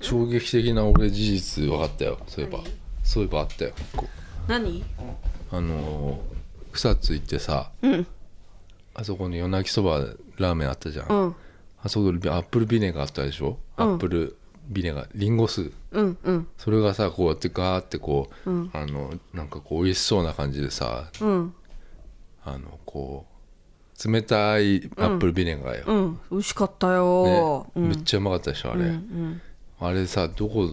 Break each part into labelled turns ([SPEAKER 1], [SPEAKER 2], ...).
[SPEAKER 1] 衝撃的な俺事実分かったよそういえば
[SPEAKER 2] 何
[SPEAKER 1] そういえばあったよこ
[SPEAKER 2] 何
[SPEAKER 1] うあのー草津行ってさ
[SPEAKER 2] うん
[SPEAKER 1] あそこに夜泣きそばラーメンあったじゃん、
[SPEAKER 2] うん
[SPEAKER 1] あそこにアップルビネガーあったでしょ、
[SPEAKER 2] うん
[SPEAKER 1] アップルビネガーリンゴ酢
[SPEAKER 2] うんうん
[SPEAKER 1] それがさこうやってガーってこう、
[SPEAKER 2] うん
[SPEAKER 1] あのなんかこう美味しそうな感じでさ
[SPEAKER 2] うん
[SPEAKER 1] あのこう冷たいアップルビネガーよ、
[SPEAKER 2] うん美味しかったよ、
[SPEAKER 1] ね
[SPEAKER 2] うん
[SPEAKER 1] めっちゃうまかったでしょあれ、
[SPEAKER 2] うん
[SPEAKER 1] あれさどこ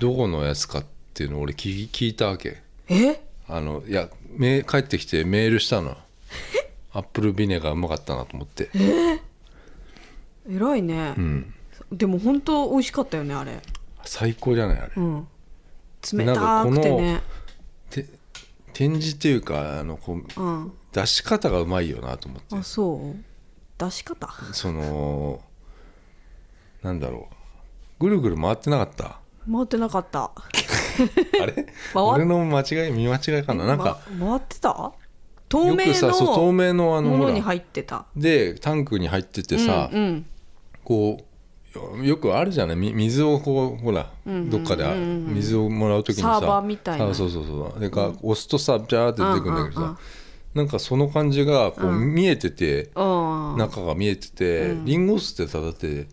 [SPEAKER 1] どこのやつかっていうのを俺聞聞いたわけ
[SPEAKER 2] うん、え
[SPEAKER 1] あのいやめ帰ってきてメールした のアップルビネガーうまかったなと思って
[SPEAKER 2] 偉いね、
[SPEAKER 1] うん
[SPEAKER 2] でも本当美味しかったよねあれ
[SPEAKER 1] 最高じゃないあれ、
[SPEAKER 2] うん冷たーくて
[SPEAKER 1] なん
[SPEAKER 2] ね
[SPEAKER 1] て展示っていうかあのこう
[SPEAKER 2] うん
[SPEAKER 1] 出し方がうまいよなと思って
[SPEAKER 2] あそう出し方
[SPEAKER 1] そのなんだろうぐるぐる回ってなかった
[SPEAKER 2] 回ってなかった
[SPEAKER 1] あれ
[SPEAKER 2] 回っ
[SPEAKER 1] 俺の間違い見間違いかななんか、
[SPEAKER 2] ま回ってた透
[SPEAKER 1] よ
[SPEAKER 2] 明
[SPEAKER 1] くさそう透
[SPEAKER 2] の
[SPEAKER 1] 明のあの
[SPEAKER 2] も
[SPEAKER 1] ほ
[SPEAKER 2] の
[SPEAKER 1] ら
[SPEAKER 2] に入ってた
[SPEAKER 1] でタンクに入っててさ、
[SPEAKER 2] うんうん
[SPEAKER 1] こうよよくあるじゃないみ水をこうほら、
[SPEAKER 2] んうんうん
[SPEAKER 1] どっかであ水をもらう時にさ
[SPEAKER 2] サーバーみたいな
[SPEAKER 1] あそうそうそうでか、押すとさジャーって出てくるんだけどさ、
[SPEAKER 2] うんうんうん
[SPEAKER 1] なんかその感じがこう、
[SPEAKER 2] うん
[SPEAKER 1] 見えてて
[SPEAKER 2] ああ
[SPEAKER 1] 中が見えてて、
[SPEAKER 2] うん
[SPEAKER 1] リンゴ酢ってさだって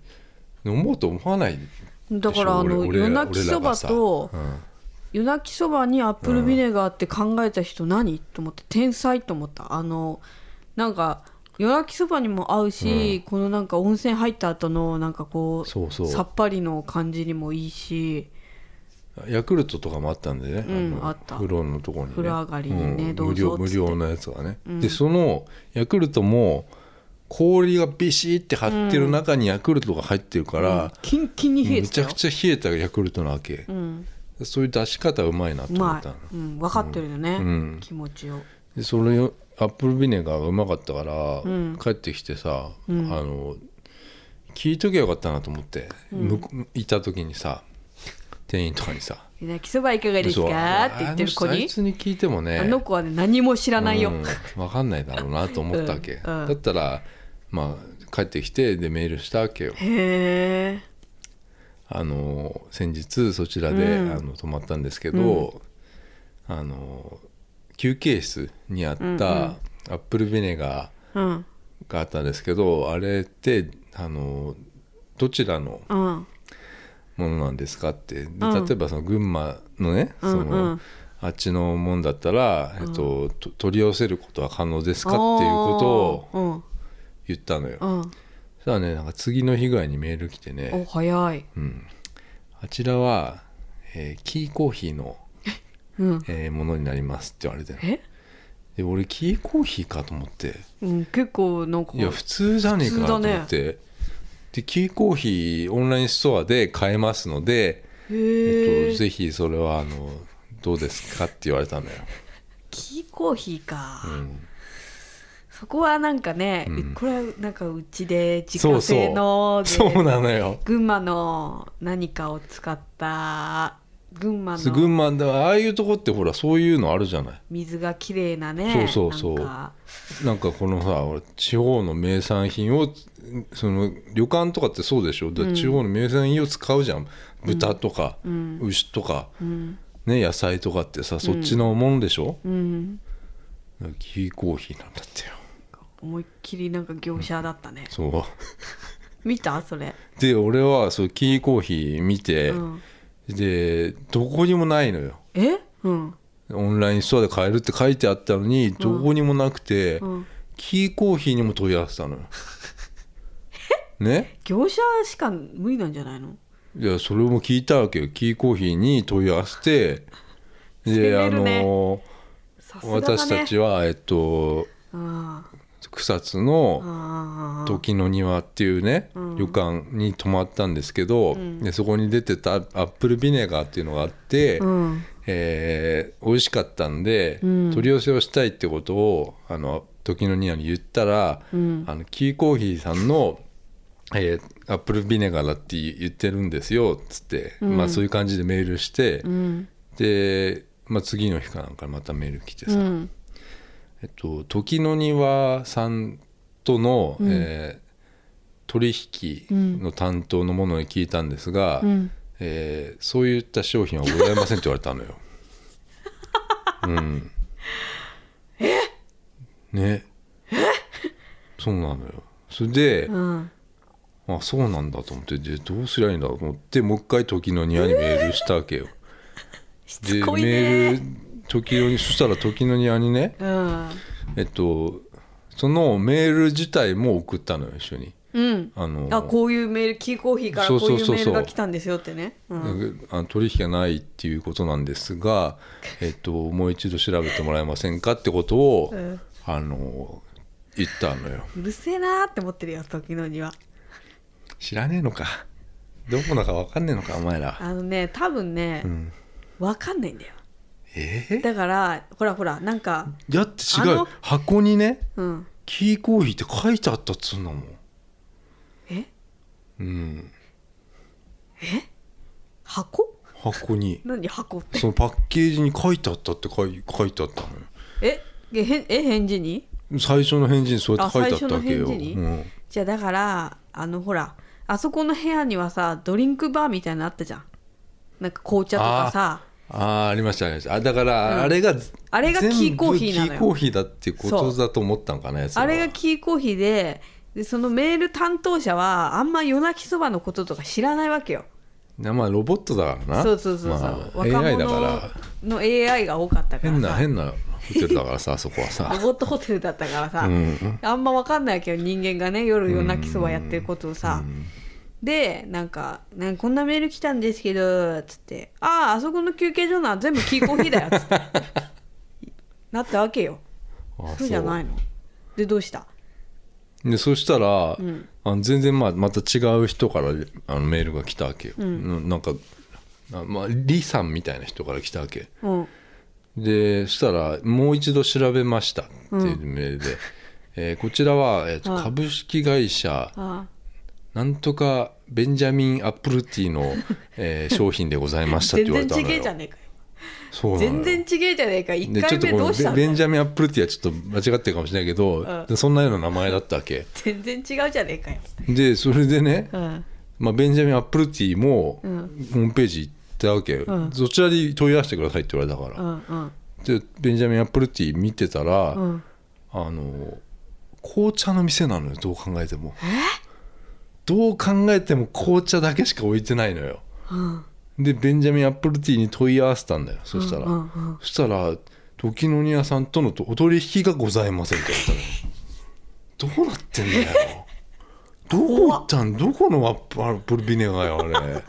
[SPEAKER 1] 飲もうと思わないでしょ
[SPEAKER 2] だからあの
[SPEAKER 1] 俺俺
[SPEAKER 2] 夜泣きそばと
[SPEAKER 1] 俺らがさ
[SPEAKER 2] 夜泣きそばにアップルビネガーって考えた人何と思って天才と思ったあのなんか夜泣きそばにも合うし、このなんか温泉入った後のなんかこう
[SPEAKER 1] そうそう
[SPEAKER 2] さっぱりの感じにもいいし
[SPEAKER 1] うんヤクルトとかもあったんでね、
[SPEAKER 2] うん
[SPEAKER 1] の
[SPEAKER 2] あった
[SPEAKER 1] 風呂のところに、ね、
[SPEAKER 2] 風呂上がりにね
[SPEAKER 1] うん
[SPEAKER 2] ど
[SPEAKER 1] 無
[SPEAKER 2] うぞ
[SPEAKER 1] 料
[SPEAKER 2] っ
[SPEAKER 1] 無
[SPEAKER 2] つって
[SPEAKER 1] 料のやつがね、でそのヤクルトも氷がビシって張ってる中にヤクルトが入ってるから、
[SPEAKER 2] キンキンに冷え
[SPEAKER 1] め
[SPEAKER 2] て
[SPEAKER 1] ち
[SPEAKER 2] た
[SPEAKER 1] ゃ
[SPEAKER 2] よ
[SPEAKER 1] くちゃ冷えたヤクルトなわけ、
[SPEAKER 2] うん
[SPEAKER 1] そういう出し方うまいなと
[SPEAKER 2] う
[SPEAKER 1] 思っ
[SPEAKER 2] ま
[SPEAKER 1] たの
[SPEAKER 2] い、うん、分かってるよね、
[SPEAKER 1] うん
[SPEAKER 2] 気持ちを
[SPEAKER 1] でそれをアップルビネガーがうまかったから、
[SPEAKER 2] うん
[SPEAKER 1] 帰ってきてさ、
[SPEAKER 2] うん
[SPEAKER 1] あの聞いときゃよかったなと思って、向こういた時にさ店員とかにさ
[SPEAKER 2] 「夜泣きそばいかがです
[SPEAKER 1] そう
[SPEAKER 2] か?」って言ってる子
[SPEAKER 1] あの人あ
[SPEAKER 2] に
[SPEAKER 1] いつに聞いてもね
[SPEAKER 2] あの子はね何も知らないよ、
[SPEAKER 1] うん、分かんないだろうなと思ったわけ、
[SPEAKER 2] うんうん
[SPEAKER 1] だったらまあ帰ってきてでメールしたわけよ
[SPEAKER 2] へえ
[SPEAKER 1] あの先日そちらで、
[SPEAKER 2] うん
[SPEAKER 1] あの泊まったんですけど、あの休憩室にあった
[SPEAKER 2] うんうん
[SPEAKER 1] アップルビネガ
[SPEAKER 2] うん
[SPEAKER 1] ーがあったんですけどあれってあのどちらの
[SPEAKER 2] うん
[SPEAKER 1] ものなんですかってで
[SPEAKER 2] うん
[SPEAKER 1] 例えばその群馬のね、
[SPEAKER 2] うん
[SPEAKER 1] そ
[SPEAKER 2] うん
[SPEAKER 1] のあっちのもんだったら、えっと、と取り寄せることは可能ですかっていうことを
[SPEAKER 2] を
[SPEAKER 1] 言ったのよ。
[SPEAKER 2] うんうん
[SPEAKER 1] そしたらねなんか次の日ぐらいにメール来て
[SPEAKER 2] お
[SPEAKER 1] ね、
[SPEAKER 2] 早い
[SPEAKER 1] うん、あちらは、えーキーコーヒーの、
[SPEAKER 2] うん
[SPEAKER 1] えーものになりますって言われて
[SPEAKER 2] え
[SPEAKER 1] で俺キーコーヒーかと思って
[SPEAKER 2] うん結構なんか
[SPEAKER 1] いや普通じゃねえかなと思って、でキーコーヒーオンラインストアで買えますので、
[SPEAKER 2] へ
[SPEAKER 1] えっ
[SPEAKER 2] え
[SPEAKER 1] と、ぜひそれはあのどうですかって言われたのよ。
[SPEAKER 2] キーコーヒーか
[SPEAKER 1] うん
[SPEAKER 2] そこはなんかね
[SPEAKER 1] うん
[SPEAKER 2] これはなんかうちで自
[SPEAKER 1] そうそう
[SPEAKER 2] 家製ので
[SPEAKER 1] そうなのよ。
[SPEAKER 2] 群馬の何かを使った群馬
[SPEAKER 1] 群
[SPEAKER 2] の
[SPEAKER 1] 馬だああいうとこってほらそういうのあるじゃない。
[SPEAKER 2] 水がきれいなね
[SPEAKER 1] そうそうそう
[SPEAKER 2] なんか
[SPEAKER 1] なんかこのさ俺地方の名産品をその旅館とかってそうでしょ、だから地方の名産品を使うじゃん豚とか、
[SPEAKER 2] うん
[SPEAKER 1] 牛とか、
[SPEAKER 2] うん
[SPEAKER 1] ね、野菜とかってさそっちのものでしょ、
[SPEAKER 2] うん
[SPEAKER 1] キーコーヒーなんだってよ
[SPEAKER 2] 思いっきりなんか業者だったね
[SPEAKER 1] そ
[SPEAKER 2] 見たそれ
[SPEAKER 1] うで俺はそうキーコーヒー見て、
[SPEAKER 2] うん
[SPEAKER 1] でどこにもないのよ
[SPEAKER 2] えうん
[SPEAKER 1] オンラインストアで買えるって書いてあったのにどこにもなくて、
[SPEAKER 2] うん
[SPEAKER 1] キーコーヒーにも問い合わせた のよね
[SPEAKER 2] 業者しか無理なんじゃないの
[SPEAKER 1] いやそれも聞いたわけよキーコーヒーに問い合わせてで、あ
[SPEAKER 2] 攻めるね
[SPEAKER 1] の
[SPEAKER 2] さすがだね
[SPEAKER 1] 私たちは、えっと、
[SPEAKER 2] あ
[SPEAKER 1] 草津
[SPEAKER 2] あ
[SPEAKER 1] の
[SPEAKER 2] ああ
[SPEAKER 1] 時の庭っていうね、
[SPEAKER 2] うん
[SPEAKER 1] 旅館に泊まったんですけど、
[SPEAKER 2] ん
[SPEAKER 1] でそこに出てたアップルビネガーっていうのがあって、
[SPEAKER 2] うん
[SPEAKER 1] えー美味しかったんで、
[SPEAKER 2] うん
[SPEAKER 1] 取り寄せをしたいってことをあの時の庭に言ったら、
[SPEAKER 2] うん
[SPEAKER 1] あのキーコーヒーさんの、えーアップルビネガーだって言ってるんですよっつって、
[SPEAKER 2] ん
[SPEAKER 1] まあ、そういう感じでメールして、
[SPEAKER 2] うん
[SPEAKER 1] で、まあ、次の日かなんかまたメール来てさ、
[SPEAKER 2] うん
[SPEAKER 1] えっと、時の庭さんとの、えー取引の担当のものに聞いたんですが、
[SPEAKER 2] うん
[SPEAKER 1] えーそういった商品はございませんって言われたの よ。うん。えね。そうなのよ。それで、
[SPEAKER 2] うん
[SPEAKER 1] あそうなんだと思ってでどうすりゃいいんだろうと思ってもう一回時のにゃにメールしたわけよ。
[SPEAKER 2] し
[SPEAKER 1] で
[SPEAKER 2] つこい
[SPEAKER 1] メー
[SPEAKER 2] ね
[SPEAKER 1] ル時のにそしたら時のにゃにね
[SPEAKER 2] うん
[SPEAKER 1] えっとそのメール自体も送ったのよ一緒に。
[SPEAKER 2] うん
[SPEAKER 1] あの
[SPEAKER 2] あこういうメールキーコーヒーからこ
[SPEAKER 1] そううそうそう
[SPEAKER 2] いう
[SPEAKER 1] そう
[SPEAKER 2] メールが来たんですよってねうん
[SPEAKER 1] あの取引がないっていうことなんです が、えっと、もう一度調べてもらえませんかってことを、
[SPEAKER 2] うん
[SPEAKER 1] あの言ったのよ
[SPEAKER 2] うるせえなーって思ってるよ時のには
[SPEAKER 1] 知らねえのかどこのか分かんねえのかお前ら、
[SPEAKER 2] あのね多分ね
[SPEAKER 1] うん、
[SPEAKER 2] わかんないんだよ
[SPEAKER 1] えー
[SPEAKER 2] だからほらほらなんか
[SPEAKER 1] だって
[SPEAKER 2] あ
[SPEAKER 1] 違う
[SPEAKER 2] の
[SPEAKER 1] 箱にね
[SPEAKER 2] うん
[SPEAKER 1] キーコーヒーって書いてあったっつうんだもん
[SPEAKER 2] え
[SPEAKER 1] うん
[SPEAKER 2] 箱
[SPEAKER 1] 箱に
[SPEAKER 2] 何箱って
[SPEAKER 1] そのパッケージに書いてあったって書い書いてあったのよ
[SPEAKER 2] ええへんえ返事に
[SPEAKER 1] 最初の返事にそうやって書いてあったわけよ
[SPEAKER 2] あ最初の返事に
[SPEAKER 1] うん
[SPEAKER 2] じゃあだからあのほらあそこの部屋にはさドリンクバーみたいなのあったじゃんなんか紅茶とかさ
[SPEAKER 1] あーありましたありましたあだから、
[SPEAKER 2] うん
[SPEAKER 1] あれが
[SPEAKER 2] あれがキーコーヒーなのよ
[SPEAKER 1] 全部キーコーヒーだっていうことだと思ったんかなやつら
[SPEAKER 2] あ
[SPEAKER 1] は
[SPEAKER 2] れがキーコーヒーででそのメール担当者はあんま夜泣きそばのこととか知らないわけよ
[SPEAKER 1] なまあロボットだからな
[SPEAKER 2] そうそうそうそう、
[SPEAKER 1] まあ、
[SPEAKER 2] 若
[SPEAKER 1] AI だ
[SPEAKER 2] 者
[SPEAKER 1] から
[SPEAKER 2] の AI が多かったからさ
[SPEAKER 1] 変な変なホテルだから さそこは
[SPEAKER 2] ロ
[SPEAKER 1] さ
[SPEAKER 2] ボットホテルだったからさ、
[SPEAKER 1] うん
[SPEAKER 2] あんま分かんないけど人間がね夜夜泣きそばやってることをさ、でなんかなんかこんなメール来たんですけど」つって「あああそこの休憩所な全部キーコーヒーだよ」つって なったわけよ
[SPEAKER 1] あ
[SPEAKER 2] そうじゃないのでどうした
[SPEAKER 1] でそしたら、あの全然まあまた違う人からあのメールが来たわけよ、ななんかあまあ、李さんみたいな人から来たわけ
[SPEAKER 2] うん
[SPEAKER 1] でそしたら「もう一度調べました」っていうメールで、えーこちらは、えーと
[SPEAKER 2] はい
[SPEAKER 1] 株式会社
[SPEAKER 2] あ
[SPEAKER 1] なんとかベンジャミン・アップルティー の、えー商品でございま
[SPEAKER 2] あ
[SPEAKER 1] したって
[SPEAKER 2] 全
[SPEAKER 1] 言われ
[SPEAKER 2] 然
[SPEAKER 1] たの
[SPEAKER 2] ち
[SPEAKER 1] よ
[SPEAKER 2] げえじゃねえかよ
[SPEAKER 1] そうなのよ
[SPEAKER 2] 全然ちげえじゃねえか
[SPEAKER 1] で
[SPEAKER 2] 1
[SPEAKER 1] ちょ
[SPEAKER 2] 回
[SPEAKER 1] っと
[SPEAKER 2] 目
[SPEAKER 1] こ
[SPEAKER 2] どうした
[SPEAKER 1] の
[SPEAKER 2] ん
[SPEAKER 1] ベベ
[SPEAKER 2] だ
[SPEAKER 1] ン
[SPEAKER 2] よ
[SPEAKER 1] ジャミン・アップルティーはちょっと間違ってるかもしれないけど、
[SPEAKER 2] ん
[SPEAKER 1] でそんなような名前だったわけ
[SPEAKER 2] 全然違うじゃねえかよ、
[SPEAKER 1] でそれでね、
[SPEAKER 2] うん、
[SPEAKER 1] まあ、ベンジャミン・アップルティーもホ
[SPEAKER 2] うん
[SPEAKER 1] ームページ行ったわけ、
[SPEAKER 2] ん
[SPEAKER 1] そちらに問い合わせてくださいって言われたか
[SPEAKER 2] う
[SPEAKER 1] ら、
[SPEAKER 2] んうん
[SPEAKER 1] でベンジャミン・アップルティー見てたら、
[SPEAKER 2] うん
[SPEAKER 1] あの紅茶の店なのよどう考えてもどう考えても紅茶だけしか置いてないのよ
[SPEAKER 2] うん
[SPEAKER 1] でベンジャミン・アップルティーに問い合わせたんだよそしたら、
[SPEAKER 2] うんうん
[SPEAKER 1] そしたら時の庭さんとのとお取引がございませんって言ったのどうな ってんだよどこ行ったんどこのアップアップルビネガーよあれ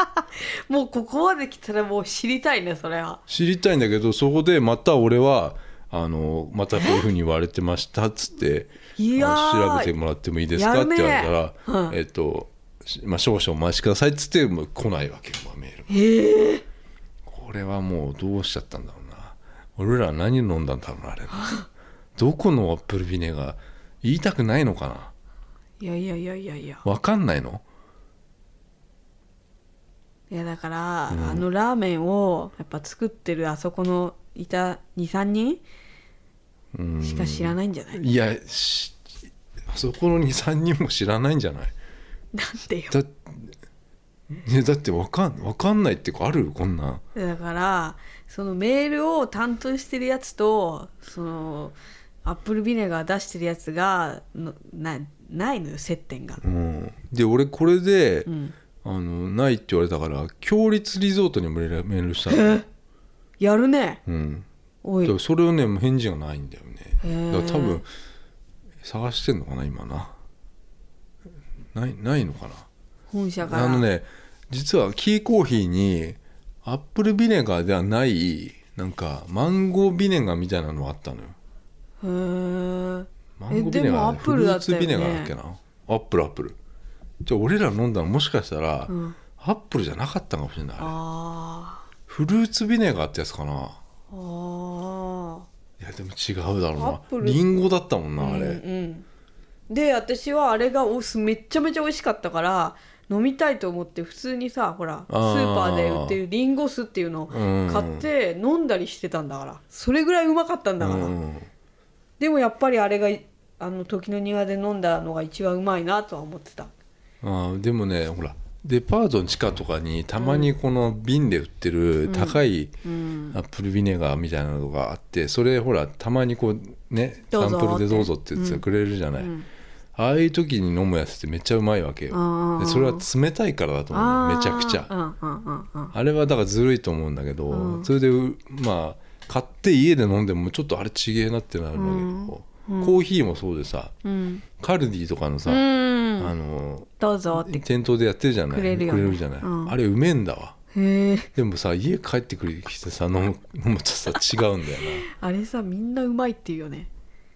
[SPEAKER 2] もうここまで来たらもう知りたいねそれは
[SPEAKER 1] 知りたいんだけどそこでまた俺はあのまたこういうふうに言われてましたっつって
[SPEAKER 2] いや
[SPEAKER 1] あの
[SPEAKER 2] ー
[SPEAKER 1] 調べてもらってもいいですかって言われたら、
[SPEAKER 2] やるねうん
[SPEAKER 1] えっと、しまあ、少々お待ちくださいっつってもう来ないわけよ、まあ、メールが
[SPEAKER 2] へえ
[SPEAKER 1] これはもうどうしちゃったんだろうな俺ら何飲んだんだろうなあれなどこのアップルビネガー言いたくないのかない
[SPEAKER 2] やいやいやいやいや
[SPEAKER 1] わかんないの
[SPEAKER 2] いやだから、あのラーメンをやっぱ作ってるあそこのいた23人
[SPEAKER 1] うん
[SPEAKER 2] しか知らないんじゃない、
[SPEAKER 1] いやしそこの23人も知らないんじゃない
[SPEAKER 2] なんてよ
[SPEAKER 1] だいやだってわかんわかんないってかあるこんなん
[SPEAKER 2] だからそのメールを担当してるやつとそのアップルビネガー出してるやつがのなないのよ接点が
[SPEAKER 1] うんで俺これで、
[SPEAKER 2] ん
[SPEAKER 1] あのないって言われたから強立リゾートにもメールメールしたの、
[SPEAKER 2] やるね
[SPEAKER 1] うん、
[SPEAKER 2] お
[SPEAKER 1] だか
[SPEAKER 2] い
[SPEAKER 1] らそれをねもう返事がないんだよね
[SPEAKER 2] へー
[SPEAKER 1] だから多分探してんのかな今なないないのか
[SPEAKER 2] 本社か
[SPEAKER 1] な
[SPEAKER 2] ら
[SPEAKER 1] あのね実はキーコーヒーにアップルビネガーではないなんかマンゴービネガーみたいなのがあったのよ
[SPEAKER 2] へー
[SPEAKER 1] マンゴービネ
[SPEAKER 2] えで
[SPEAKER 1] ガ
[SPEAKER 2] も
[SPEAKER 1] ー、
[SPEAKER 2] ア
[SPEAKER 1] ね、
[SPEAKER 2] ッ
[SPEAKER 1] フ
[SPEAKER 2] プ
[SPEAKER 1] ル
[SPEAKER 2] ルだ
[SPEAKER 1] ー
[SPEAKER 2] った
[SPEAKER 1] ツ
[SPEAKER 2] よ
[SPEAKER 1] ビ
[SPEAKER 2] ね
[SPEAKER 1] ネガーだっけなアップルアップルじゃあ俺ら飲んだのもしかしたら、
[SPEAKER 2] ん
[SPEAKER 1] アップルじゃなかったかもしれないあれ
[SPEAKER 2] あー
[SPEAKER 1] フルーツビネガーってやつかな
[SPEAKER 2] あー
[SPEAKER 1] いやでも違うだろう
[SPEAKER 2] アッ
[SPEAKER 1] な
[SPEAKER 2] プル
[SPEAKER 1] リンゴだったもんなあれ、
[SPEAKER 2] うんうん、で私はあれがおすめっちゃめちゃ美味しかったから飲みたいと思って普通にさほらス
[SPEAKER 1] あー
[SPEAKER 2] ーパーで売ってるリンゴ酢っていうのを
[SPEAKER 1] うん
[SPEAKER 2] 買って飲んだりしてたんだからそれぐらいうまかったんだから、
[SPEAKER 1] うん
[SPEAKER 2] でもやっぱりあれがあの時の庭で飲んだのが一番うまいなとは思ってた
[SPEAKER 1] あーでもねほらデパートの地下とかにたまにこの瓶で売ってる高い
[SPEAKER 2] うん
[SPEAKER 1] アップルビネガーみたいなのがあってそれほらたまにこうね
[SPEAKER 2] ど
[SPEAKER 1] サ
[SPEAKER 2] う
[SPEAKER 1] ン
[SPEAKER 2] ぞ
[SPEAKER 1] プルでどうぞって言ってくれるじゃない、
[SPEAKER 2] うん
[SPEAKER 1] ああいう時に飲むやつってめっちゃうまいわけよ
[SPEAKER 2] あー
[SPEAKER 1] でそれは冷たいからだと思
[SPEAKER 2] あ
[SPEAKER 1] う
[SPEAKER 2] ー
[SPEAKER 1] のめちゃくちゃ
[SPEAKER 2] うんうんうんうん
[SPEAKER 1] あれはだからずるいと思うんだけど、
[SPEAKER 2] うん
[SPEAKER 1] それでうまあ買って家で飲んでもちょっとあれちげえなってなるんだけど、
[SPEAKER 2] うんうん
[SPEAKER 1] コーヒーもそうでさ
[SPEAKER 2] うん
[SPEAKER 1] カルディとかのさ、
[SPEAKER 2] うん
[SPEAKER 1] あの
[SPEAKER 2] どうぞって
[SPEAKER 1] 店頭でやってるじゃない
[SPEAKER 2] くれるよね
[SPEAKER 1] じゃない、
[SPEAKER 2] うん
[SPEAKER 1] あれうめえんだわ
[SPEAKER 2] へえ
[SPEAKER 1] でもさ家帰ってくるきてさ飲む飲むとさ違うんだよ
[SPEAKER 2] あれさみんなうまいっていうよね、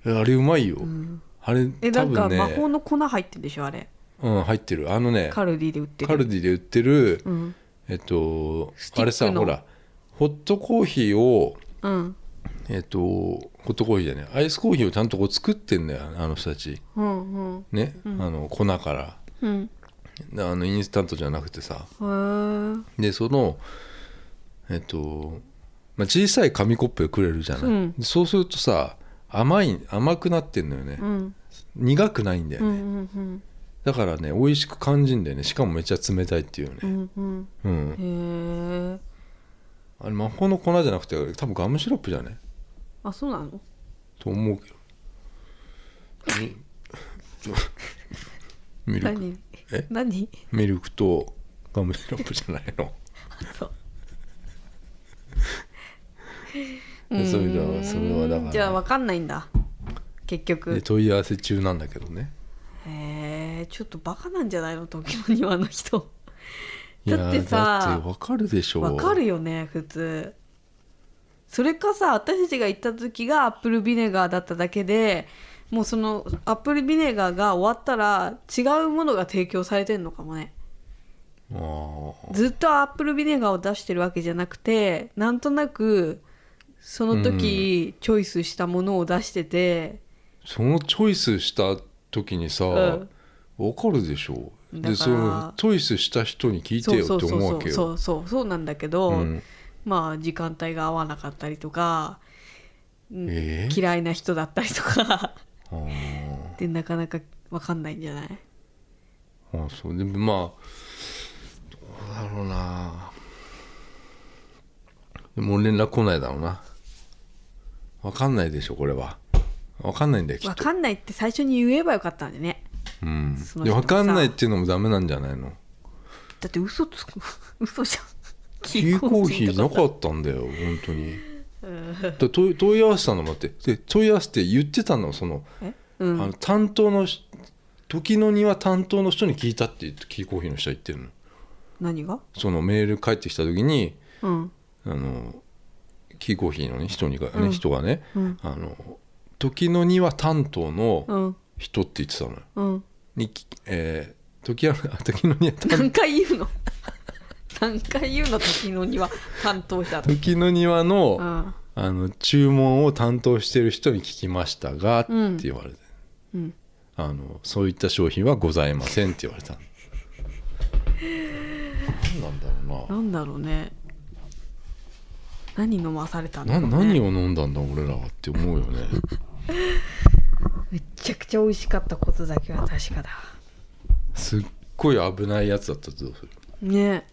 [SPEAKER 1] なえあれうまいよ、
[SPEAKER 2] うん、
[SPEAKER 1] あれ
[SPEAKER 2] えな
[SPEAKER 1] 多
[SPEAKER 2] んか
[SPEAKER 1] 分
[SPEAKER 2] 魔法
[SPEAKER 1] ね
[SPEAKER 2] の粉入ってるでしょあれ
[SPEAKER 1] うん入ってるあのね
[SPEAKER 2] カルディで売ってる
[SPEAKER 1] カルディで売ってる、
[SPEAKER 2] うん
[SPEAKER 1] えっと
[SPEAKER 2] スティックの
[SPEAKER 1] あれさほらホットコーヒーを
[SPEAKER 2] うん
[SPEAKER 1] えっとホットコーヒーじゃないアイスコーヒーをちゃんとこう作ってんだよあの人たち
[SPEAKER 2] うんうん
[SPEAKER 1] ね、あの粉から
[SPEAKER 2] うん
[SPEAKER 1] あのインスタントじゃなくてさ
[SPEAKER 2] へー
[SPEAKER 1] でそのえっと、まあ、小さい紙コップでくれるじゃない、
[SPEAKER 2] うん
[SPEAKER 1] でそうするとさ甘い甘くなってんのよね、
[SPEAKER 2] うん
[SPEAKER 1] 苦くないんだよ
[SPEAKER 2] うんう
[SPEAKER 1] ね、
[SPEAKER 2] んうん
[SPEAKER 1] だからね美味しく感じんだよねしかもめっちゃ冷たいっていうね
[SPEAKER 2] うんうん
[SPEAKER 1] うん、
[SPEAKER 2] へえ
[SPEAKER 1] あれ魔法の粉じゃなくて多分ガムシロップじゃね
[SPEAKER 2] あそうなの
[SPEAKER 1] と思うけど みミルク
[SPEAKER 2] 何
[SPEAKER 1] え
[SPEAKER 2] 何
[SPEAKER 1] ミルクとガムシロップじゃないの
[SPEAKER 2] そう
[SPEAKER 1] でそれはそれはだから
[SPEAKER 2] じゃあわかんないんだ結局
[SPEAKER 1] で問い合わせ中なんだけどね
[SPEAKER 2] へえちょっとバカなんじゃないの時の庭の人
[SPEAKER 1] いや
[SPEAKER 2] だってさ
[SPEAKER 1] だってわかるでしょ
[SPEAKER 2] わかるよね普通それかさ私たちが行った時がアップルビネガーだっただけでもうそのアップルビネガーが終わったら違うものが提供されてんのかもね
[SPEAKER 1] あー
[SPEAKER 2] ずっとアップルビネガーを出してるわけじゃなくてなんとなくその時チョイスしたものを出してて、
[SPEAKER 1] そのチョイスした時にさ、
[SPEAKER 2] うん
[SPEAKER 1] わかるでしょ
[SPEAKER 2] だから
[SPEAKER 1] でそのチョイスした人に聞いてよって思うわけ
[SPEAKER 2] そ
[SPEAKER 1] よ
[SPEAKER 2] うそうそうそうなんだけど、
[SPEAKER 1] うん
[SPEAKER 2] まあ時間帯が合わなかったりとか、うん
[SPEAKER 1] えー
[SPEAKER 2] 嫌いな人だったりと
[SPEAKER 1] あ
[SPEAKER 2] か
[SPEAKER 1] ー
[SPEAKER 2] でなかなか分かんないんじゃない
[SPEAKER 1] ああそうでもまあどうだろうなでも連絡来ないだろうなわかんないでしょこれはわかんないんだよきっ
[SPEAKER 2] 分
[SPEAKER 1] と
[SPEAKER 2] かんないって最初に言えばよかったんでね
[SPEAKER 1] うん
[SPEAKER 2] その
[SPEAKER 1] で
[SPEAKER 2] 人も
[SPEAKER 1] わ
[SPEAKER 2] さ
[SPEAKER 1] かんないっていうのもダメなんじゃないの
[SPEAKER 2] だって嘘つく 嘘じゃん
[SPEAKER 1] テ
[SPEAKER 2] キ
[SPEAKER 1] ィーコーヒーな
[SPEAKER 2] っ
[SPEAKER 1] かったんだよ本当にだから問い問い合わせたのもあってで問い合わせって言ってたのその,、
[SPEAKER 2] えう
[SPEAKER 1] あ
[SPEAKER 2] ん
[SPEAKER 1] の担当のし時の庭担当の人に聞いたって言ってキーコーヒーの人は言ってるの
[SPEAKER 2] 何が
[SPEAKER 1] そのメール返ってきた時に
[SPEAKER 2] うん
[SPEAKER 1] あのキーコーヒーの、ね、人にが、ね
[SPEAKER 2] うん
[SPEAKER 1] 人がね、
[SPEAKER 2] うん
[SPEAKER 1] あの時の庭担当
[SPEAKER 2] う
[SPEAKER 1] の
[SPEAKER 2] ん
[SPEAKER 1] 人って言ってたのよ。
[SPEAKER 2] うん
[SPEAKER 1] にきえー時の時の庭担
[SPEAKER 2] 何回言うの 何回言うの時の庭担当者と、
[SPEAKER 1] 時の庭の,、
[SPEAKER 2] うん
[SPEAKER 1] あの注文を担当してる人に聞きましたが、
[SPEAKER 2] うん
[SPEAKER 1] って言われて
[SPEAKER 2] うん、
[SPEAKER 1] あのそういった商品はございませんって言われたの。なんだろう
[SPEAKER 2] なんだろうね何飲まされたんだ
[SPEAKER 1] な。
[SPEAKER 2] ろ
[SPEAKER 1] な
[SPEAKER 2] う、
[SPEAKER 1] 何
[SPEAKER 2] ね、
[SPEAKER 1] を飲んだんだ俺らはって思うよね。
[SPEAKER 2] めちゃくちゃ美味しかったことだけは確かだ
[SPEAKER 1] すっごい危ないやつだったとどうする
[SPEAKER 2] ね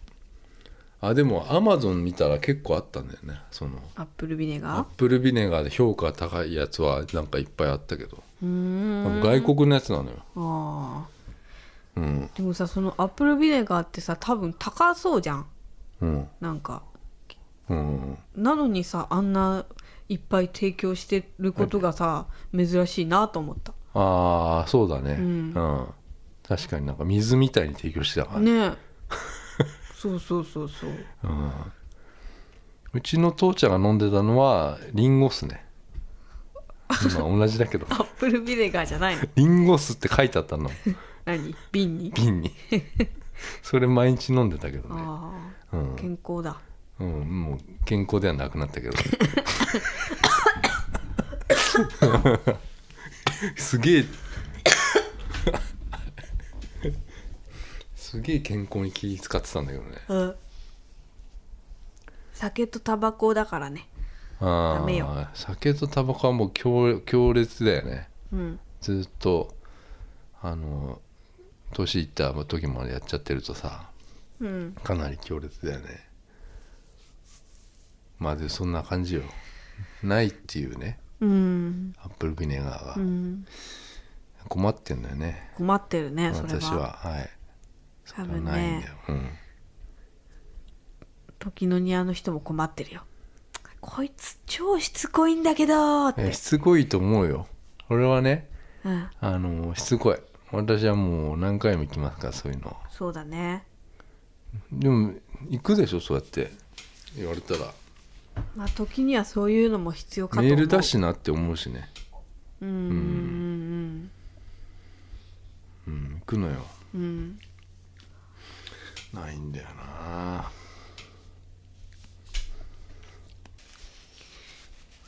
[SPEAKER 1] あでもアマゾン見たら結構あったんだよねその
[SPEAKER 2] アップルビ
[SPEAKER 1] ア
[SPEAKER 2] ネ
[SPEAKER 1] ッ
[SPEAKER 2] ガー
[SPEAKER 1] プルビネガーで評価高いやつはなんかいっぱいあったけど
[SPEAKER 2] うーん
[SPEAKER 1] 外国のやつなのよ、
[SPEAKER 2] あ
[SPEAKER 1] うん
[SPEAKER 2] ーでもさそのアップルビネガーってさ多分高そうじゃん
[SPEAKER 1] うん
[SPEAKER 2] なんか
[SPEAKER 1] うん、
[SPEAKER 2] なのにさあんないっぱい提供してることがさ珍しいなと思った
[SPEAKER 1] ああそうだねう
[SPEAKER 2] う
[SPEAKER 1] んん、確かになんか水みたいに提供してたからね、
[SPEAKER 2] ねえ そうそうそうそう
[SPEAKER 1] うん、うちの父ちゃんが飲んでたのはリンゴ酢ねまあ同じだけど
[SPEAKER 2] アップルビネガーじゃないの
[SPEAKER 1] リンゴ酢って書いてあったの
[SPEAKER 2] 何瓶に
[SPEAKER 1] 瓶 にそれ毎日飲んでたけどね、
[SPEAKER 2] あ
[SPEAKER 1] う
[SPEAKER 2] あ
[SPEAKER 1] ん、
[SPEAKER 2] 健康だ
[SPEAKER 1] うん、もう健康ではなくなった けどすげえすげえ健康に気使ってたんだけどね
[SPEAKER 2] うん酒とタバコだからね
[SPEAKER 1] あ
[SPEAKER 2] ダメよ
[SPEAKER 1] あ酒とタバコはもう強強烈だよね
[SPEAKER 2] うん
[SPEAKER 1] ずっとあの年いった時までやっちゃってるとさ
[SPEAKER 2] うん
[SPEAKER 1] かなり強烈だよねまあでそんな感じよないっていうね
[SPEAKER 2] うん
[SPEAKER 1] アップルビネガー
[SPEAKER 2] う
[SPEAKER 1] が
[SPEAKER 2] ん
[SPEAKER 1] 困ってんだよね、
[SPEAKER 2] 困ってるねそれは
[SPEAKER 1] 私ははい
[SPEAKER 2] 多
[SPEAKER 1] ない
[SPEAKER 2] 分
[SPEAKER 1] んだ
[SPEAKER 2] ね
[SPEAKER 1] よ、うん、
[SPEAKER 2] 時の庭の人も困ってるよこいつ超しつこいんだけどっ
[SPEAKER 1] え
[SPEAKER 2] て
[SPEAKER 1] ーしつこいと思うよ俺はね
[SPEAKER 2] うん
[SPEAKER 1] あのーしつこい私はもう何回も行きますからそういうの
[SPEAKER 2] そうだね
[SPEAKER 1] でも行くでしょそうやって言われたら
[SPEAKER 2] まあ時にはそういうのも必要かと思
[SPEAKER 1] メ
[SPEAKER 2] う
[SPEAKER 1] ールだしなって思うしね
[SPEAKER 2] うんうん
[SPEAKER 1] うん行くのよ
[SPEAKER 2] うんうん
[SPEAKER 1] ないんだよな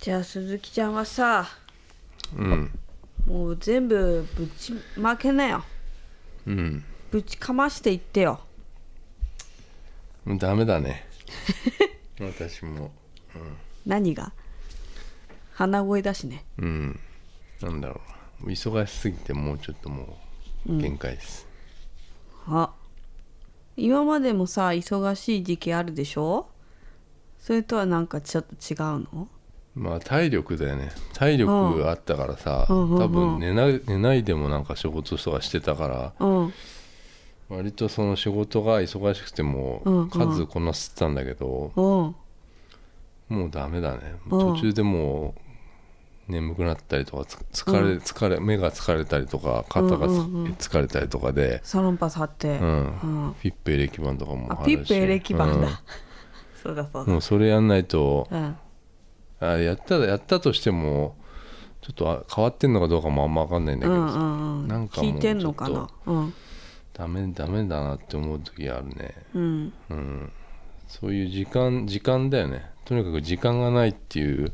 [SPEAKER 2] じゃあ鈴木ちゃんはさ
[SPEAKER 1] うん
[SPEAKER 2] もう全部ぶちまけなよ
[SPEAKER 1] うん
[SPEAKER 2] ぶちかましていってよ
[SPEAKER 1] もうダメだ ね私も
[SPEAKER 2] 何が鼻声だしね
[SPEAKER 1] うんなんだろうな忙しすぎてもうちょっともう限界です、
[SPEAKER 2] あ今までもさ忙しい時期あるでしょそれとはなんかちょっと違うの
[SPEAKER 1] まあ体力だよね体力があったからさ、
[SPEAKER 2] うんうん
[SPEAKER 1] 多分寝ない寝ないでもなんか仕事とかしてたから
[SPEAKER 2] うん
[SPEAKER 1] 割とその仕事が忙しくて
[SPEAKER 2] うんう
[SPEAKER 1] も
[SPEAKER 2] ん
[SPEAKER 1] 数こなすってたんだけど、
[SPEAKER 2] うん
[SPEAKER 1] もうダメだね
[SPEAKER 2] うん
[SPEAKER 1] 途中でもう眠くなったりとかつ疲れ、
[SPEAKER 2] うん
[SPEAKER 1] 疲れ目が疲れたりとか肩がつ、
[SPEAKER 2] うんうんうん
[SPEAKER 1] 疲れたりとかで、
[SPEAKER 2] サロンパス貼って
[SPEAKER 1] う、ん
[SPEAKER 2] うん
[SPEAKER 1] フィップエレキ板とかもあ
[SPEAKER 2] あ
[SPEAKER 1] る
[SPEAKER 2] ピ
[SPEAKER 1] し
[SPEAKER 2] ップエレキバンだ、
[SPEAKER 1] うん
[SPEAKER 2] そうだそうだ
[SPEAKER 1] もうそれやんないと
[SPEAKER 2] うん
[SPEAKER 1] あやったらやったとしてもちょっとあ変わってんのかどうかもあんま分かんないんだ
[SPEAKER 2] う
[SPEAKER 1] けどさ、
[SPEAKER 2] んうんうん
[SPEAKER 1] なんかもう
[SPEAKER 2] 聞いてんのか
[SPEAKER 1] ちょっ
[SPEAKER 2] なうん
[SPEAKER 1] ダメダメだなって思う時あるね
[SPEAKER 2] うん
[SPEAKER 1] うんそういう時間時間だよねとにかく時間がないっていう
[SPEAKER 2] うん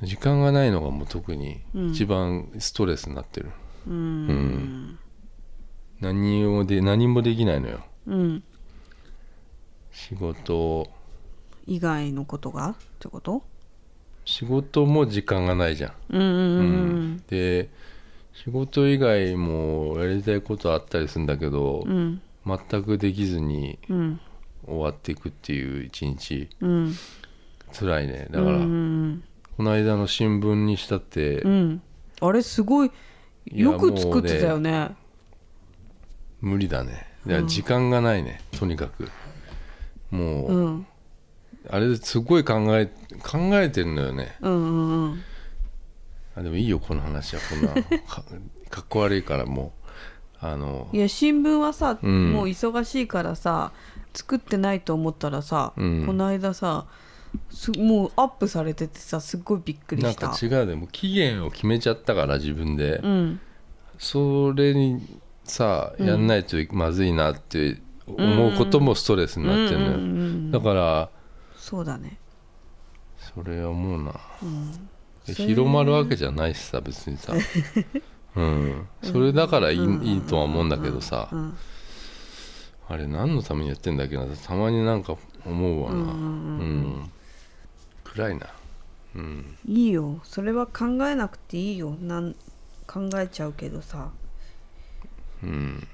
[SPEAKER 1] 時間がないのがもう特に
[SPEAKER 2] うん
[SPEAKER 1] 一番ストレスになってる、
[SPEAKER 2] うん
[SPEAKER 1] 何をで何もできないのよ
[SPEAKER 2] うん
[SPEAKER 1] 仕事
[SPEAKER 2] 以外のことがってこと
[SPEAKER 1] 仕事も時間がないじゃん、
[SPEAKER 2] うんうんうんうん
[SPEAKER 1] で仕事以外もやりたいことあったりするんだけど、
[SPEAKER 2] うん
[SPEAKER 1] 全くできずに
[SPEAKER 2] うん
[SPEAKER 1] 終わっていくっていう一日
[SPEAKER 2] うん
[SPEAKER 1] 辛いねだから、
[SPEAKER 2] うんうん
[SPEAKER 1] この間の新聞にしたって、
[SPEAKER 2] うんうんあれすごい
[SPEAKER 1] いや
[SPEAKER 2] よく作ってたよね
[SPEAKER 1] 無理だねいや時間がないね、とにかくもう、
[SPEAKER 2] うん
[SPEAKER 1] あれすごい考え考えてるのよね
[SPEAKER 2] うんうんうん
[SPEAKER 1] あでもいいよこの話はこんな かかっこ悪いからもうあの
[SPEAKER 2] いや新聞はさ、
[SPEAKER 1] うん
[SPEAKER 2] もう忙しいからさ作ってないと思ったらさ、
[SPEAKER 1] うん
[SPEAKER 2] この間さすもうアップされててさすっごいびっくり
[SPEAKER 1] なん
[SPEAKER 2] した
[SPEAKER 1] か違うでもう期限を決めちゃったから自分で、
[SPEAKER 2] うん
[SPEAKER 1] それにさやんないとまずいなって思うこともストレスになってるのよ、
[SPEAKER 2] うんうんうん
[SPEAKER 1] だから
[SPEAKER 2] そうだね
[SPEAKER 1] それはもうな、で
[SPEAKER 2] それ
[SPEAKER 1] 広まるわけじゃないしさ別にさうんそれだからいい,、いいとは思うんだけどさ、
[SPEAKER 2] ん
[SPEAKER 1] あれ何のためにやってんだっけなたまになんか思うわなうん、暗いなうん
[SPEAKER 2] いいよそれは考えなくていいよなん考えちゃうけどさ
[SPEAKER 1] うん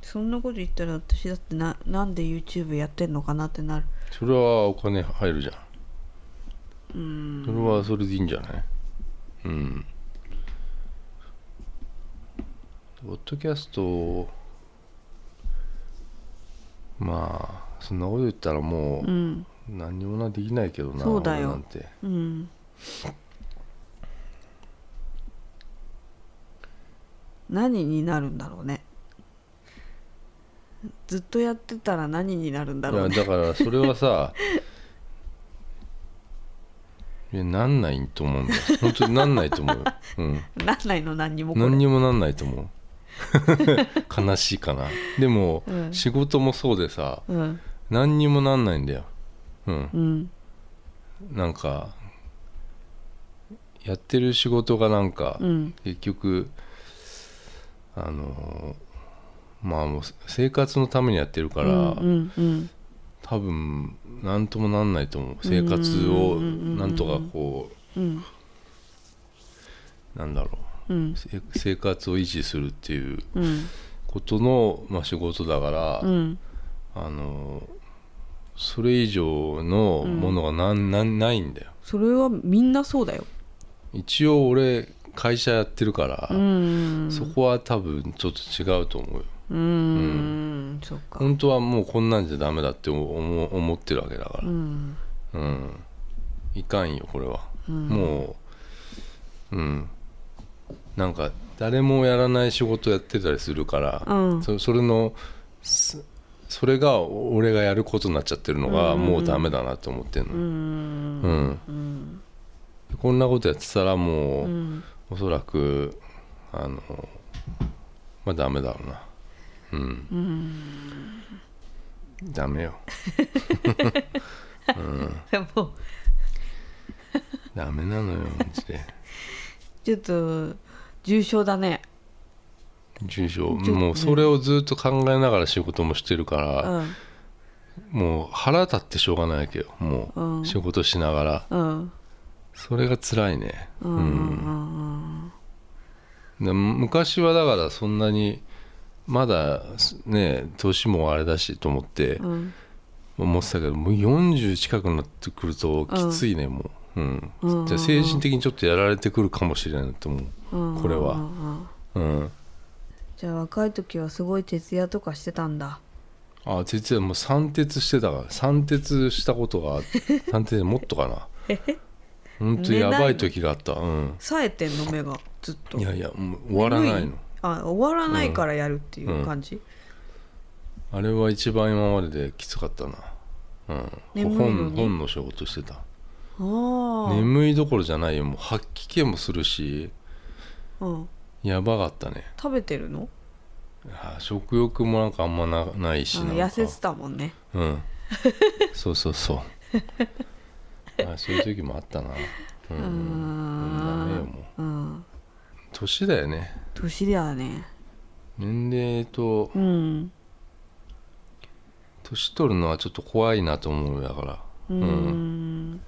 [SPEAKER 2] そんなこと言ったら私だってななんで YouTube やってんのかなってなる
[SPEAKER 1] それはお金入るじゃんそれはそれでいいんじゃないうんポッドキャストまあそんなこと言ったらもう
[SPEAKER 2] う
[SPEAKER 1] ん何にもなできないけどな
[SPEAKER 2] そうだよ
[SPEAKER 1] 俺なんて
[SPEAKER 2] うん何になるんだろうねずっとやってたら何になるんだ
[SPEAKER 1] い
[SPEAKER 2] ろう
[SPEAKER 1] や
[SPEAKER 2] ね
[SPEAKER 1] だからそれは さいやなんないと思うんだよ本当になんないと思うよ、うん、
[SPEAKER 2] なんないの何にもこれ
[SPEAKER 1] 何にもなんないと思う 悲しいかなでも、
[SPEAKER 2] うん
[SPEAKER 1] 仕事もそうでさ
[SPEAKER 2] うん
[SPEAKER 1] 何にもなんないんだようん
[SPEAKER 2] うん
[SPEAKER 1] なんかやってる仕事がなんか、
[SPEAKER 2] うん
[SPEAKER 1] 結局あのーまあもう生活のためにやってるから、
[SPEAKER 2] うんうん
[SPEAKER 1] 多分何ともなんないと思う生活を
[SPEAKER 2] うんうんうんうん
[SPEAKER 1] なんとかこ
[SPEAKER 2] うん
[SPEAKER 1] うなんだろ
[SPEAKER 2] うん
[SPEAKER 1] うせ生活を維持するっていう
[SPEAKER 2] うん
[SPEAKER 1] ことの、まあ、仕事だから、
[SPEAKER 2] うん
[SPEAKER 1] あのそれ以上のものがなん、なんないんだよ
[SPEAKER 2] それはみんなそうだよ
[SPEAKER 1] 一応俺会社やってるから、
[SPEAKER 2] うん
[SPEAKER 1] そこは多分ちょっと違うと思うよ
[SPEAKER 2] うん、うん、そっか
[SPEAKER 1] 本当はもうこんなんじゃダメだって思う思ってるわけだか
[SPEAKER 2] うん
[SPEAKER 1] らうんいかんよこれは、
[SPEAKER 2] うん
[SPEAKER 1] もううんなんか誰もやらない仕事やってたりするから、
[SPEAKER 2] うん
[SPEAKER 1] そそれのすそれがお俺がやることになっちゃってるのが
[SPEAKER 2] うんうんうん
[SPEAKER 1] もうダメだなと思ってるの、
[SPEAKER 2] う
[SPEAKER 1] うんん
[SPEAKER 2] うん
[SPEAKER 1] こんなことやってたらもう、
[SPEAKER 2] うん
[SPEAKER 1] おそらくあのまあダメだろうなうんダメよ
[SPEAKER 2] でも
[SPEAKER 1] ダメなの よマジで
[SPEAKER 2] ちょっと重症だね
[SPEAKER 1] 重症
[SPEAKER 2] ちょ
[SPEAKER 1] もうそれをずっと考えながら仕事もしてるから、
[SPEAKER 2] うん
[SPEAKER 1] もう腹立ってしょうがないわけども
[SPEAKER 2] うん
[SPEAKER 1] う仕事しながら
[SPEAKER 2] うん
[SPEAKER 1] それが辛いね
[SPEAKER 2] うんうんうん
[SPEAKER 1] で昔はだからそんなにまだね年もあれだしと思って
[SPEAKER 2] うん
[SPEAKER 1] 思ってたけどもう40近くなってくるときついね、もう、うん
[SPEAKER 2] うんうんうん
[SPEAKER 1] じゃあ精神的にちょっとやられてくるかもしれないと思
[SPEAKER 2] うん
[SPEAKER 1] これは
[SPEAKER 2] うんうんうん
[SPEAKER 1] う、うん、
[SPEAKER 2] じゃあ若い時はすごい徹夜とかしてたんだ
[SPEAKER 1] あ実はもう三徹してたから三徹したことが 三徹もっとかな本当にやばい時があった、うん、
[SPEAKER 2] 冴えてんの目がずっと
[SPEAKER 1] いやいやもう終わらない
[SPEAKER 2] 眠
[SPEAKER 1] の
[SPEAKER 2] あ終わらないからやるっていう感じ、
[SPEAKER 1] あれは一番今までできつかったな、うん、
[SPEAKER 2] 眠いの
[SPEAKER 1] 本
[SPEAKER 2] に
[SPEAKER 1] 本の仕事してた
[SPEAKER 2] ああ、
[SPEAKER 1] 眠いどころじゃないよもう吐き気もするし
[SPEAKER 2] うん、
[SPEAKER 1] やばかったね
[SPEAKER 2] 食べてるの
[SPEAKER 1] あ食欲もなんかあんまなないし
[SPEAKER 2] あ
[SPEAKER 1] なんか
[SPEAKER 2] 痩せてたもんね
[SPEAKER 1] うん そうそうそう あそういう時もあったなう
[SPEAKER 2] うん
[SPEAKER 1] ダメよ
[SPEAKER 2] ん
[SPEAKER 1] もう
[SPEAKER 2] うん
[SPEAKER 1] 年だよね
[SPEAKER 2] 年だね
[SPEAKER 1] 年齢と
[SPEAKER 2] うん
[SPEAKER 1] 年取るのはちょっと怖いなと思うだから
[SPEAKER 2] うーん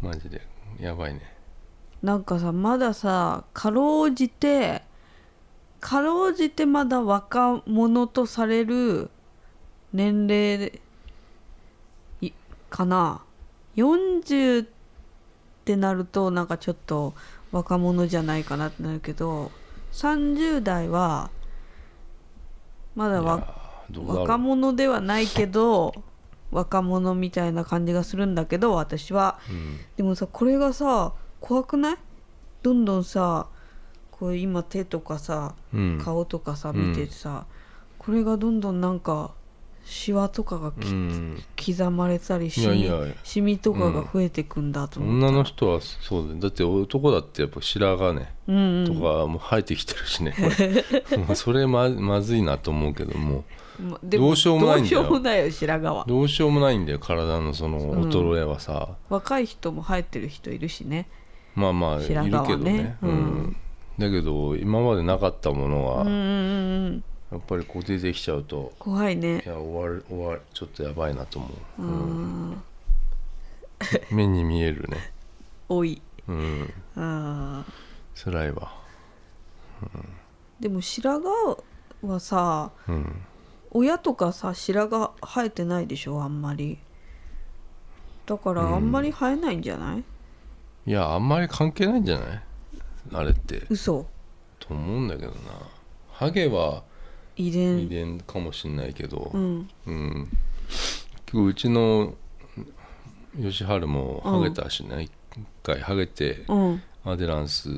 [SPEAKER 1] マジでやばいね
[SPEAKER 2] なんかさまださかろうじてかろうじてまだ若者とされる年齢でいかな40ってなるとなんかちょっと若者じゃないかなってなるけど30代はまだわ
[SPEAKER 1] あどうだろう
[SPEAKER 2] 若者ではないけど若者みたいな感じがするんだけど私は。
[SPEAKER 1] うん
[SPEAKER 2] でもさこれがさ怖くないどんどんさこう今手とかさ
[SPEAKER 1] うん
[SPEAKER 2] 顔とかさ
[SPEAKER 1] うん
[SPEAKER 2] 見ててさ、これがどんどんなんかシワとかがき、
[SPEAKER 1] うん
[SPEAKER 2] 刻まれたり
[SPEAKER 1] い
[SPEAKER 2] シ
[SPEAKER 1] や
[SPEAKER 2] ミ
[SPEAKER 1] いや
[SPEAKER 2] シミとかが増えてくんだと思
[SPEAKER 1] 女の人はそうだよだって男だってやっぱ白髪ね
[SPEAKER 2] う、うん
[SPEAKER 1] とかもう生えてきてるしねこれ もうそれままずいなと思うけども
[SPEAKER 2] うんま
[SPEAKER 1] どうしようもないんだよ
[SPEAKER 2] どうしようもないよ白髪は
[SPEAKER 1] どうしようもないんだよ体のその
[SPEAKER 2] ん
[SPEAKER 1] 衰えはさ、
[SPEAKER 2] 若い人も生えてる人いるしね
[SPEAKER 1] まあまあいるけ
[SPEAKER 2] 白髪はね
[SPEAKER 1] どね、うん
[SPEAKER 2] うん
[SPEAKER 1] だけど今までなかったものが
[SPEAKER 2] うんうんうんうん
[SPEAKER 1] やっぱりこう出てきちゃうと、
[SPEAKER 2] 怖いね
[SPEAKER 1] いや終わる終わるちょっとやばいなと思
[SPEAKER 2] う
[SPEAKER 1] う、
[SPEAKER 2] ん
[SPEAKER 1] 目に見えるね
[SPEAKER 2] 多い
[SPEAKER 1] うん
[SPEAKER 2] あー
[SPEAKER 1] 辛いわ
[SPEAKER 2] でも白髪はさ
[SPEAKER 1] うん
[SPEAKER 2] 親とかさ白髪生えてないでしょあんまりだから
[SPEAKER 1] うん
[SPEAKER 2] あんまり生えないんじゃない、
[SPEAKER 1] いやあんまり関係ないんじゃないあれって
[SPEAKER 2] 嘘
[SPEAKER 1] と思うんだけどなハゲは
[SPEAKER 2] 遺伝
[SPEAKER 1] 遺伝かもしんないけど
[SPEAKER 2] うん
[SPEAKER 1] うん、結構うちの吉春もハゲたしね、一回ハゲて、
[SPEAKER 2] うん
[SPEAKER 1] アデランス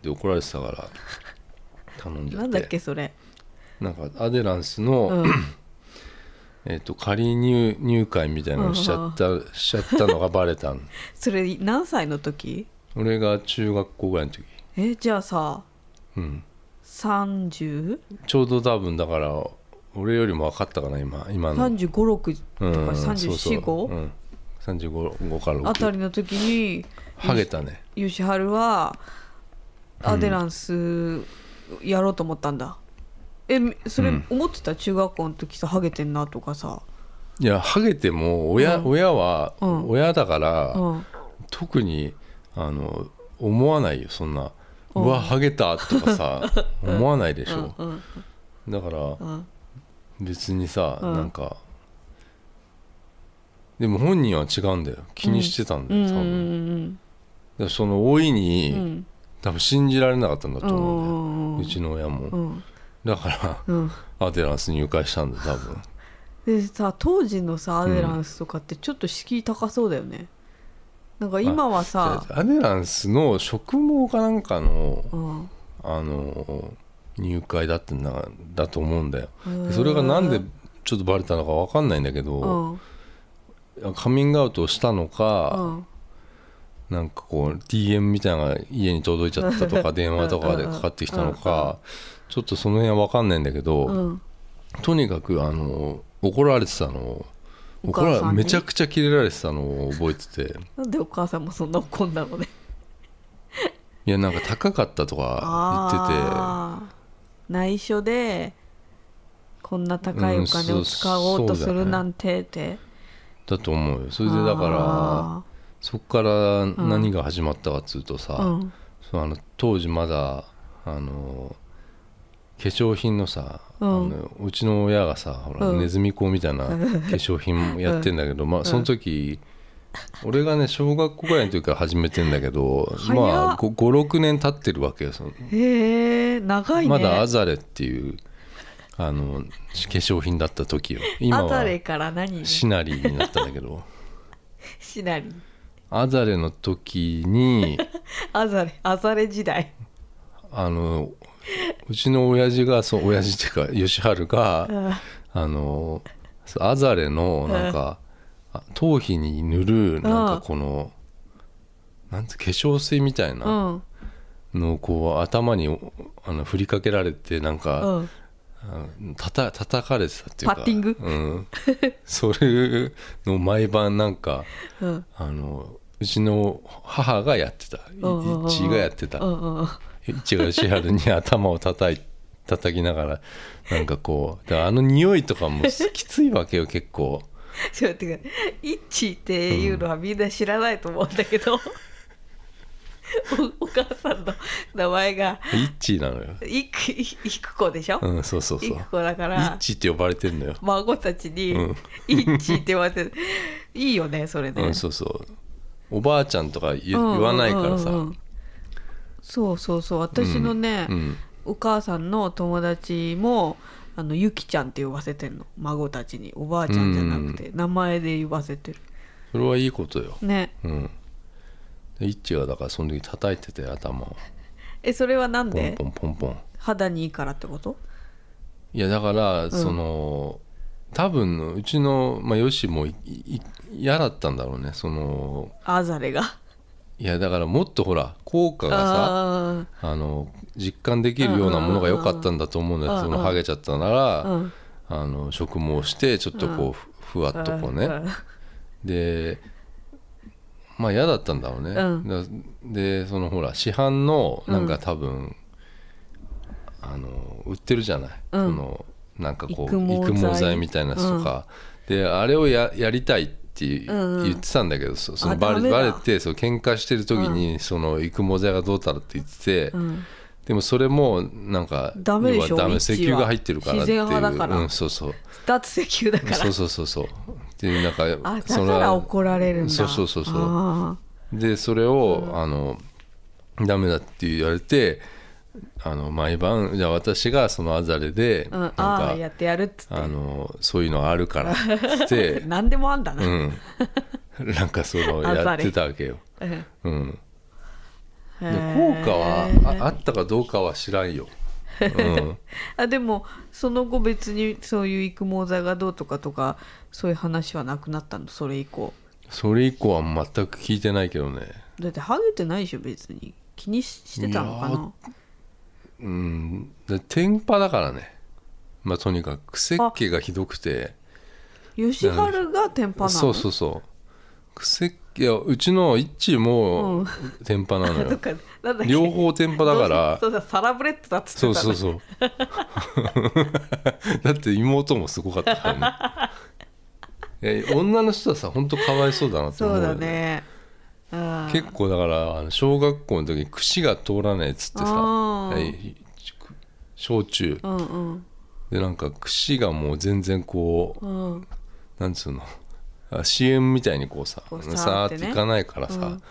[SPEAKER 1] で怒られてたから頼んじゃって
[SPEAKER 2] なんだっけそれ
[SPEAKER 1] なんかアデランスの、
[SPEAKER 2] うん
[SPEAKER 1] えっと仮入入会みたいなのしちゃった、しちゃったのがバレたの
[SPEAKER 2] それ何歳の時
[SPEAKER 1] 俺が中学校ぐらいの時、
[SPEAKER 2] えじゃあさ
[SPEAKER 1] うん、
[SPEAKER 2] 3035
[SPEAKER 1] ちょうど多分だから俺よりも分かったかな今今の、
[SPEAKER 2] 6とか
[SPEAKER 1] うん、
[SPEAKER 2] 345、
[SPEAKER 1] うん、35から
[SPEAKER 2] あた
[SPEAKER 1] 6
[SPEAKER 2] りの時に
[SPEAKER 1] ハゲたね
[SPEAKER 2] よしはるはアデランスやろうと思ったんだ、えそれ
[SPEAKER 1] うん
[SPEAKER 2] 思ってた、中学校の時さハゲてんなとかさ、
[SPEAKER 1] いやハゲても親,、
[SPEAKER 2] うん
[SPEAKER 1] 親は、
[SPEAKER 2] うん
[SPEAKER 1] 親だから、
[SPEAKER 2] うん、
[SPEAKER 1] 特にあの思わないよそんな「
[SPEAKER 2] うん
[SPEAKER 1] うわハゲた」とかさ思わないでし
[SPEAKER 2] うん
[SPEAKER 1] ょ
[SPEAKER 2] うん
[SPEAKER 1] だから
[SPEAKER 2] うん
[SPEAKER 1] 別にさ、
[SPEAKER 2] うん
[SPEAKER 1] なんかでも本人は違うんだよ気にしてたんだ
[SPEAKER 2] う
[SPEAKER 1] よ、
[SPEAKER 2] んう
[SPEAKER 1] 多
[SPEAKER 2] んう
[SPEAKER 1] 分、
[SPEAKER 2] ん
[SPEAKER 1] でその老いうに、
[SPEAKER 2] ん
[SPEAKER 1] 多分信じられなかったんだ
[SPEAKER 2] う
[SPEAKER 1] と思うんだよ、
[SPEAKER 2] ん
[SPEAKER 1] うちの親も、
[SPEAKER 2] うん
[SPEAKER 1] だから
[SPEAKER 2] うん
[SPEAKER 1] アデランス入会したんだよ多分
[SPEAKER 2] でさ当時のさアデランスとかってちょっと敷居高そうだよね、なんか今はさ、
[SPEAKER 1] アデランスの植毛かなんかの
[SPEAKER 2] うん、
[SPEAKER 1] あの入会だったんだだと思うんだよ
[SPEAKER 2] ー
[SPEAKER 1] それがなんでちょっとバレたのかわかんないんだけ
[SPEAKER 2] う
[SPEAKER 1] ど、
[SPEAKER 2] ん
[SPEAKER 1] カミングアウトをしたの
[SPEAKER 2] う
[SPEAKER 1] か、
[SPEAKER 2] ん
[SPEAKER 1] なんかこう DM みたいなのが家に届いちゃった とか電話とかでかかってきたのかちょっとその辺は分かんないんだけど、
[SPEAKER 2] うん
[SPEAKER 1] とにかくあの怒られてたのを
[SPEAKER 2] お
[SPEAKER 1] 怒
[SPEAKER 2] 母さんに
[SPEAKER 1] らめちゃくちゃキレられてたのを覚えてて
[SPEAKER 2] なんでお母さんもそんな怒んだろうね
[SPEAKER 1] いやなんか高かったとか
[SPEAKER 2] ああ内緒でこんな高いお金
[SPEAKER 1] う
[SPEAKER 2] を
[SPEAKER 1] んそ
[SPEAKER 2] 使おうとす
[SPEAKER 1] そうだ
[SPEAKER 2] る
[SPEAKER 1] ね
[SPEAKER 2] なんてって、
[SPEAKER 1] 言っててだと思うよそれでだから
[SPEAKER 2] あ
[SPEAKER 1] そこから何が始まったかっつうとさ、
[SPEAKER 2] ーうん
[SPEAKER 1] そのあの当時まだあの化粧品のさ、
[SPEAKER 2] うん
[SPEAKER 1] あのうちの親がさほら、
[SPEAKER 2] うん
[SPEAKER 1] ネズミ講みたい な化粧品もやってんだけど、まあその時、俺がね小学校ぐらいの時から始めてんだけど
[SPEAKER 2] 早っ
[SPEAKER 1] まあ56年経ってるわけよその
[SPEAKER 2] へえ長いね
[SPEAKER 1] まだアザレっていうあの化粧品だった時よ今
[SPEAKER 2] アザレ
[SPEAKER 1] は
[SPEAKER 2] から何
[SPEAKER 1] シナリーになったんだけど
[SPEAKER 2] シナリー
[SPEAKER 1] アザレの時に
[SPEAKER 2] アザレアザレ時代
[SPEAKER 1] あのうちの親父がそう親父 っていうか吉春が、
[SPEAKER 2] うん
[SPEAKER 1] あのそうアザレのなんか、あ頭皮に塗るなんかこの、なんて化粧水みたいうなんのをこう頭におあの振りかけられてなんか、
[SPEAKER 2] うん
[SPEAKER 1] あのたた叩かれてたっていうか
[SPEAKER 2] パッティング
[SPEAKER 1] うん、そういうのを毎晩なんか
[SPEAKER 2] うん
[SPEAKER 1] あのうちの母がやってたい
[SPEAKER 2] うんうんうん
[SPEAKER 1] 一がやってた
[SPEAKER 2] うんうんうん
[SPEAKER 1] 一が吉春に頭を叩い叩きながらなんかこうであの匂いとかもすきついわけよ結構
[SPEAKER 2] ちょっと待ってくださいイッチーっていうのはみんな知らないと思うんだ けど、おお母さんの名前が
[SPEAKER 1] イッチーなのよ
[SPEAKER 2] いくいいく子でしょ、
[SPEAKER 1] うんそうそうそうイ
[SPEAKER 2] いく子だか
[SPEAKER 1] ッ
[SPEAKER 2] ら
[SPEAKER 1] チーって呼ばれてんのよ
[SPEAKER 2] 孫たちに
[SPEAKER 1] うん
[SPEAKER 2] 「イッチ」って言われて、いいよねそれね、
[SPEAKER 1] うんそうそうおばあちゃんとか言,、
[SPEAKER 2] うんうんうんうん
[SPEAKER 1] 言わないからさうん
[SPEAKER 2] そうそうそう私のね、
[SPEAKER 1] うん
[SPEAKER 2] お母さんの友達もあのゆきちゃんって呼ばせてんの孫たちにおばあちゃんじゃなくて、名前で呼ばせてる
[SPEAKER 1] それはいいことよ
[SPEAKER 2] ね
[SPEAKER 1] うんでイッチーがだからその時叩いてて頭を
[SPEAKER 2] えそれはなん
[SPEAKER 1] ポ
[SPEAKER 2] で
[SPEAKER 1] ンポンポンポン
[SPEAKER 2] 肌にいいからってこと
[SPEAKER 1] いやだから、その多分うちの、まあ、よしもいい嫌だったんだろうねその
[SPEAKER 2] アザレが
[SPEAKER 1] いやだからもっとほら効果がさ
[SPEAKER 2] あ
[SPEAKER 1] あの実感できるようなものが良かったんだと思うんだよ、
[SPEAKER 2] うんうんうん
[SPEAKER 1] そのハゲちゃったなら、
[SPEAKER 2] あうん
[SPEAKER 1] あの植毛してちょっとこう、ふふわっとこうね、
[SPEAKER 2] うん
[SPEAKER 1] でまあ嫌だったんだろうね、
[SPEAKER 2] うん
[SPEAKER 1] だでそのほら市販のなん
[SPEAKER 2] う
[SPEAKER 1] か
[SPEAKER 2] ん
[SPEAKER 1] 多分、あの売ってるじゃない、
[SPEAKER 2] うん
[SPEAKER 1] そのなんかこう
[SPEAKER 2] 育
[SPEAKER 1] 育
[SPEAKER 2] 毛剤
[SPEAKER 1] 毛剤みたいなやつとか、であれをややりたいってい
[SPEAKER 2] うんうん
[SPEAKER 1] 言ってたんだけど、そその
[SPEAKER 2] あ
[SPEAKER 1] バ
[SPEAKER 2] ダ
[SPEAKER 1] レ
[SPEAKER 2] メだ
[SPEAKER 1] バレてそう喧嘩してる時に、その育毛剤がどうたらって言ってて、
[SPEAKER 2] うん
[SPEAKER 1] でもそれもなんか
[SPEAKER 2] ダメでしょ
[SPEAKER 1] 要はダメ
[SPEAKER 2] 一
[SPEAKER 1] 石
[SPEAKER 2] は
[SPEAKER 1] 油が入ってるからっていう
[SPEAKER 2] 自然派だから
[SPEAKER 1] うん、そうそう
[SPEAKER 2] 脱石油だから
[SPEAKER 1] そうそうそうそうっていうなんか
[SPEAKER 2] あだ
[SPEAKER 1] そ
[SPEAKER 2] から
[SPEAKER 1] の
[SPEAKER 2] 怒られるんだ
[SPEAKER 1] そうそうそうそう
[SPEAKER 2] あ
[SPEAKER 1] でそれを、あのダメだって言われてあの毎晩じゃあ私がそのアザレで、
[SPEAKER 2] ーう
[SPEAKER 1] なんん
[SPEAKER 2] あ
[SPEAKER 1] か
[SPEAKER 2] ーやってやるっつって
[SPEAKER 1] あのそういうのあるからっつ って、
[SPEAKER 2] 何でもあんだな、
[SPEAKER 1] うん、なんかその
[SPEAKER 2] アザレ
[SPEAKER 1] やってたわけよ、
[SPEAKER 2] うん
[SPEAKER 1] うん、
[SPEAKER 2] へ
[SPEAKER 1] で効
[SPEAKER 2] ー
[SPEAKER 1] 果はああったかどうかは知らんよ、 うん、
[SPEAKER 2] あでもその後別にそういう育毛剤がどうとかとかそういう話はなくなったのそれ以降
[SPEAKER 1] それ以降は全く聞いてないけどね
[SPEAKER 2] だってハゲてないでしょ別に気にしてたのか
[SPEAKER 1] いや
[SPEAKER 2] な
[SPEAKER 1] うんで天パだからねまあとにかく癖っ気がひどくて
[SPEAKER 2] 吉原が天パなの
[SPEAKER 1] そうそうそう癖っ気いやうちの一も
[SPEAKER 2] うん
[SPEAKER 1] 天パなの
[SPEAKER 2] と
[SPEAKER 1] よ、
[SPEAKER 2] かなんだっけ
[SPEAKER 1] 両方天パだから
[SPEAKER 2] そうだサラブレッドだっつってた
[SPEAKER 1] そ
[SPEAKER 2] の
[SPEAKER 1] うそうそう だって妹もすごかったからねいや女の人はさ本当かわいそうだなと思
[SPEAKER 2] そう
[SPEAKER 1] うよ
[SPEAKER 2] だねあー
[SPEAKER 1] 結構だからあの小学校の時に櫛が通らないっつってさ
[SPEAKER 2] あー
[SPEAKER 1] はい小中
[SPEAKER 2] うんうん
[SPEAKER 1] でなんか串がもう全然こう
[SPEAKER 2] うん
[SPEAKER 1] なんつうの あ CM みたいにこうさ
[SPEAKER 2] こうさーってね
[SPEAKER 1] さーっていかないからさ、
[SPEAKER 2] うん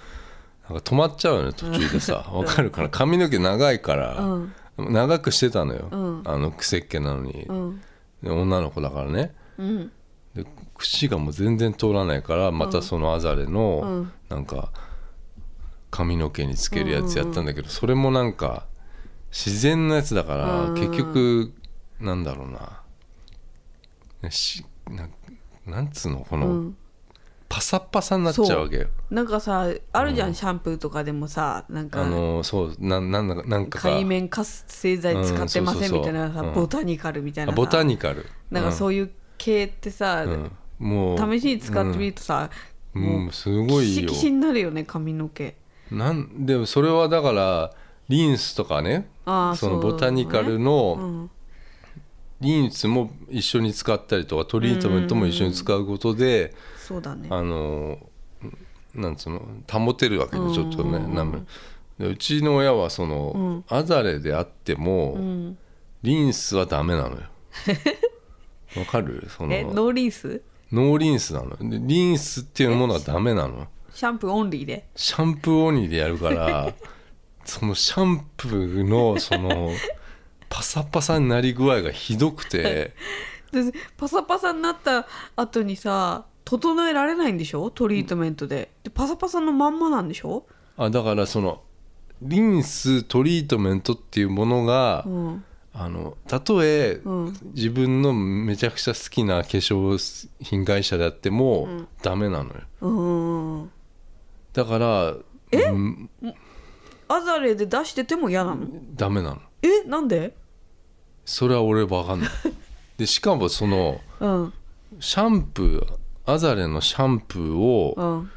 [SPEAKER 1] なんか止まっちゃうよね途中でさわかるかな髪の毛長いから、
[SPEAKER 2] うん
[SPEAKER 1] 長くしてたのよ、
[SPEAKER 2] うん
[SPEAKER 1] あの癖っ気なのに、
[SPEAKER 2] うん
[SPEAKER 1] で女の子だからね
[SPEAKER 2] うん
[SPEAKER 1] で口がもう全然通らないからまたそのアザレ
[SPEAKER 2] う
[SPEAKER 1] の
[SPEAKER 2] ん
[SPEAKER 1] なんか髪の毛につけるやつやったんだけどそれもなんか自然なやつだから
[SPEAKER 2] うん
[SPEAKER 1] 結局なんだろうなねしなんなんつうのこ
[SPEAKER 2] う
[SPEAKER 1] の
[SPEAKER 2] ん
[SPEAKER 1] パサッパサになっちゃうわけよ
[SPEAKER 2] なんかさあるじゃん、シャンプーとかでもさなん
[SPEAKER 1] あ
[SPEAKER 2] か
[SPEAKER 1] のそうなんなんだかなんかが
[SPEAKER 2] 海面活性剤使ってません
[SPEAKER 1] うんそうそうそう
[SPEAKER 2] みたいなさ、
[SPEAKER 1] うん
[SPEAKER 2] ボタニカルみたい
[SPEAKER 1] あ
[SPEAKER 2] なさ
[SPEAKER 1] ボタニカル
[SPEAKER 2] なんかそうういう系ってさ、
[SPEAKER 1] んうんもう
[SPEAKER 2] 試しに使ってみるとさ、
[SPEAKER 1] うん
[SPEAKER 2] もう
[SPEAKER 1] うんすごい
[SPEAKER 2] キシ
[SPEAKER 1] よ
[SPEAKER 2] キシになるよね髪の毛
[SPEAKER 1] なんでもそれはだからリンスとかね
[SPEAKER 2] ああ
[SPEAKER 1] その
[SPEAKER 2] そう
[SPEAKER 1] ボタニカル
[SPEAKER 2] う
[SPEAKER 1] の
[SPEAKER 2] ん
[SPEAKER 1] リンスも一緒に使ったりとかトリートメントも一緒に使うことで、
[SPEAKER 2] そうだね
[SPEAKER 1] あのなんつうの保てるわけ
[SPEAKER 2] う
[SPEAKER 1] で
[SPEAKER 2] ん
[SPEAKER 1] ちょっとね、なんかでうちの親はその、アザレであっても、
[SPEAKER 2] うん
[SPEAKER 1] リンスはダメなの よ。わかるそ
[SPEAKER 2] え
[SPEAKER 1] の
[SPEAKER 2] ノーリンス
[SPEAKER 1] ノーリンスなのでリンスっていうものはダメなの
[SPEAKER 2] シャンプーオンリーで
[SPEAKER 1] シャンプーオニーでやるから そのシャンプーのそのパサパサになり具合がひどくて
[SPEAKER 2] でパサパサになった後にさ整えられないんでしょトリートメントででパサパサのまんまなんでしょ、
[SPEAKER 1] あだからそのリンストリートメントっていうものが、
[SPEAKER 2] うん、
[SPEAKER 1] あのたとえ、
[SPEAKER 2] うん
[SPEAKER 1] 自分のめちゃくちゃ好きな化粧品会社であっても、ダメなのよ
[SPEAKER 2] うんうんうん
[SPEAKER 1] だからうん
[SPEAKER 2] アザレで出してても嫌なの
[SPEAKER 1] ダメなの
[SPEAKER 2] えなんで
[SPEAKER 1] それは俺わかんないでしかもその
[SPEAKER 2] うん
[SPEAKER 1] シャンプーアザレのシャンプーを、
[SPEAKER 2] うん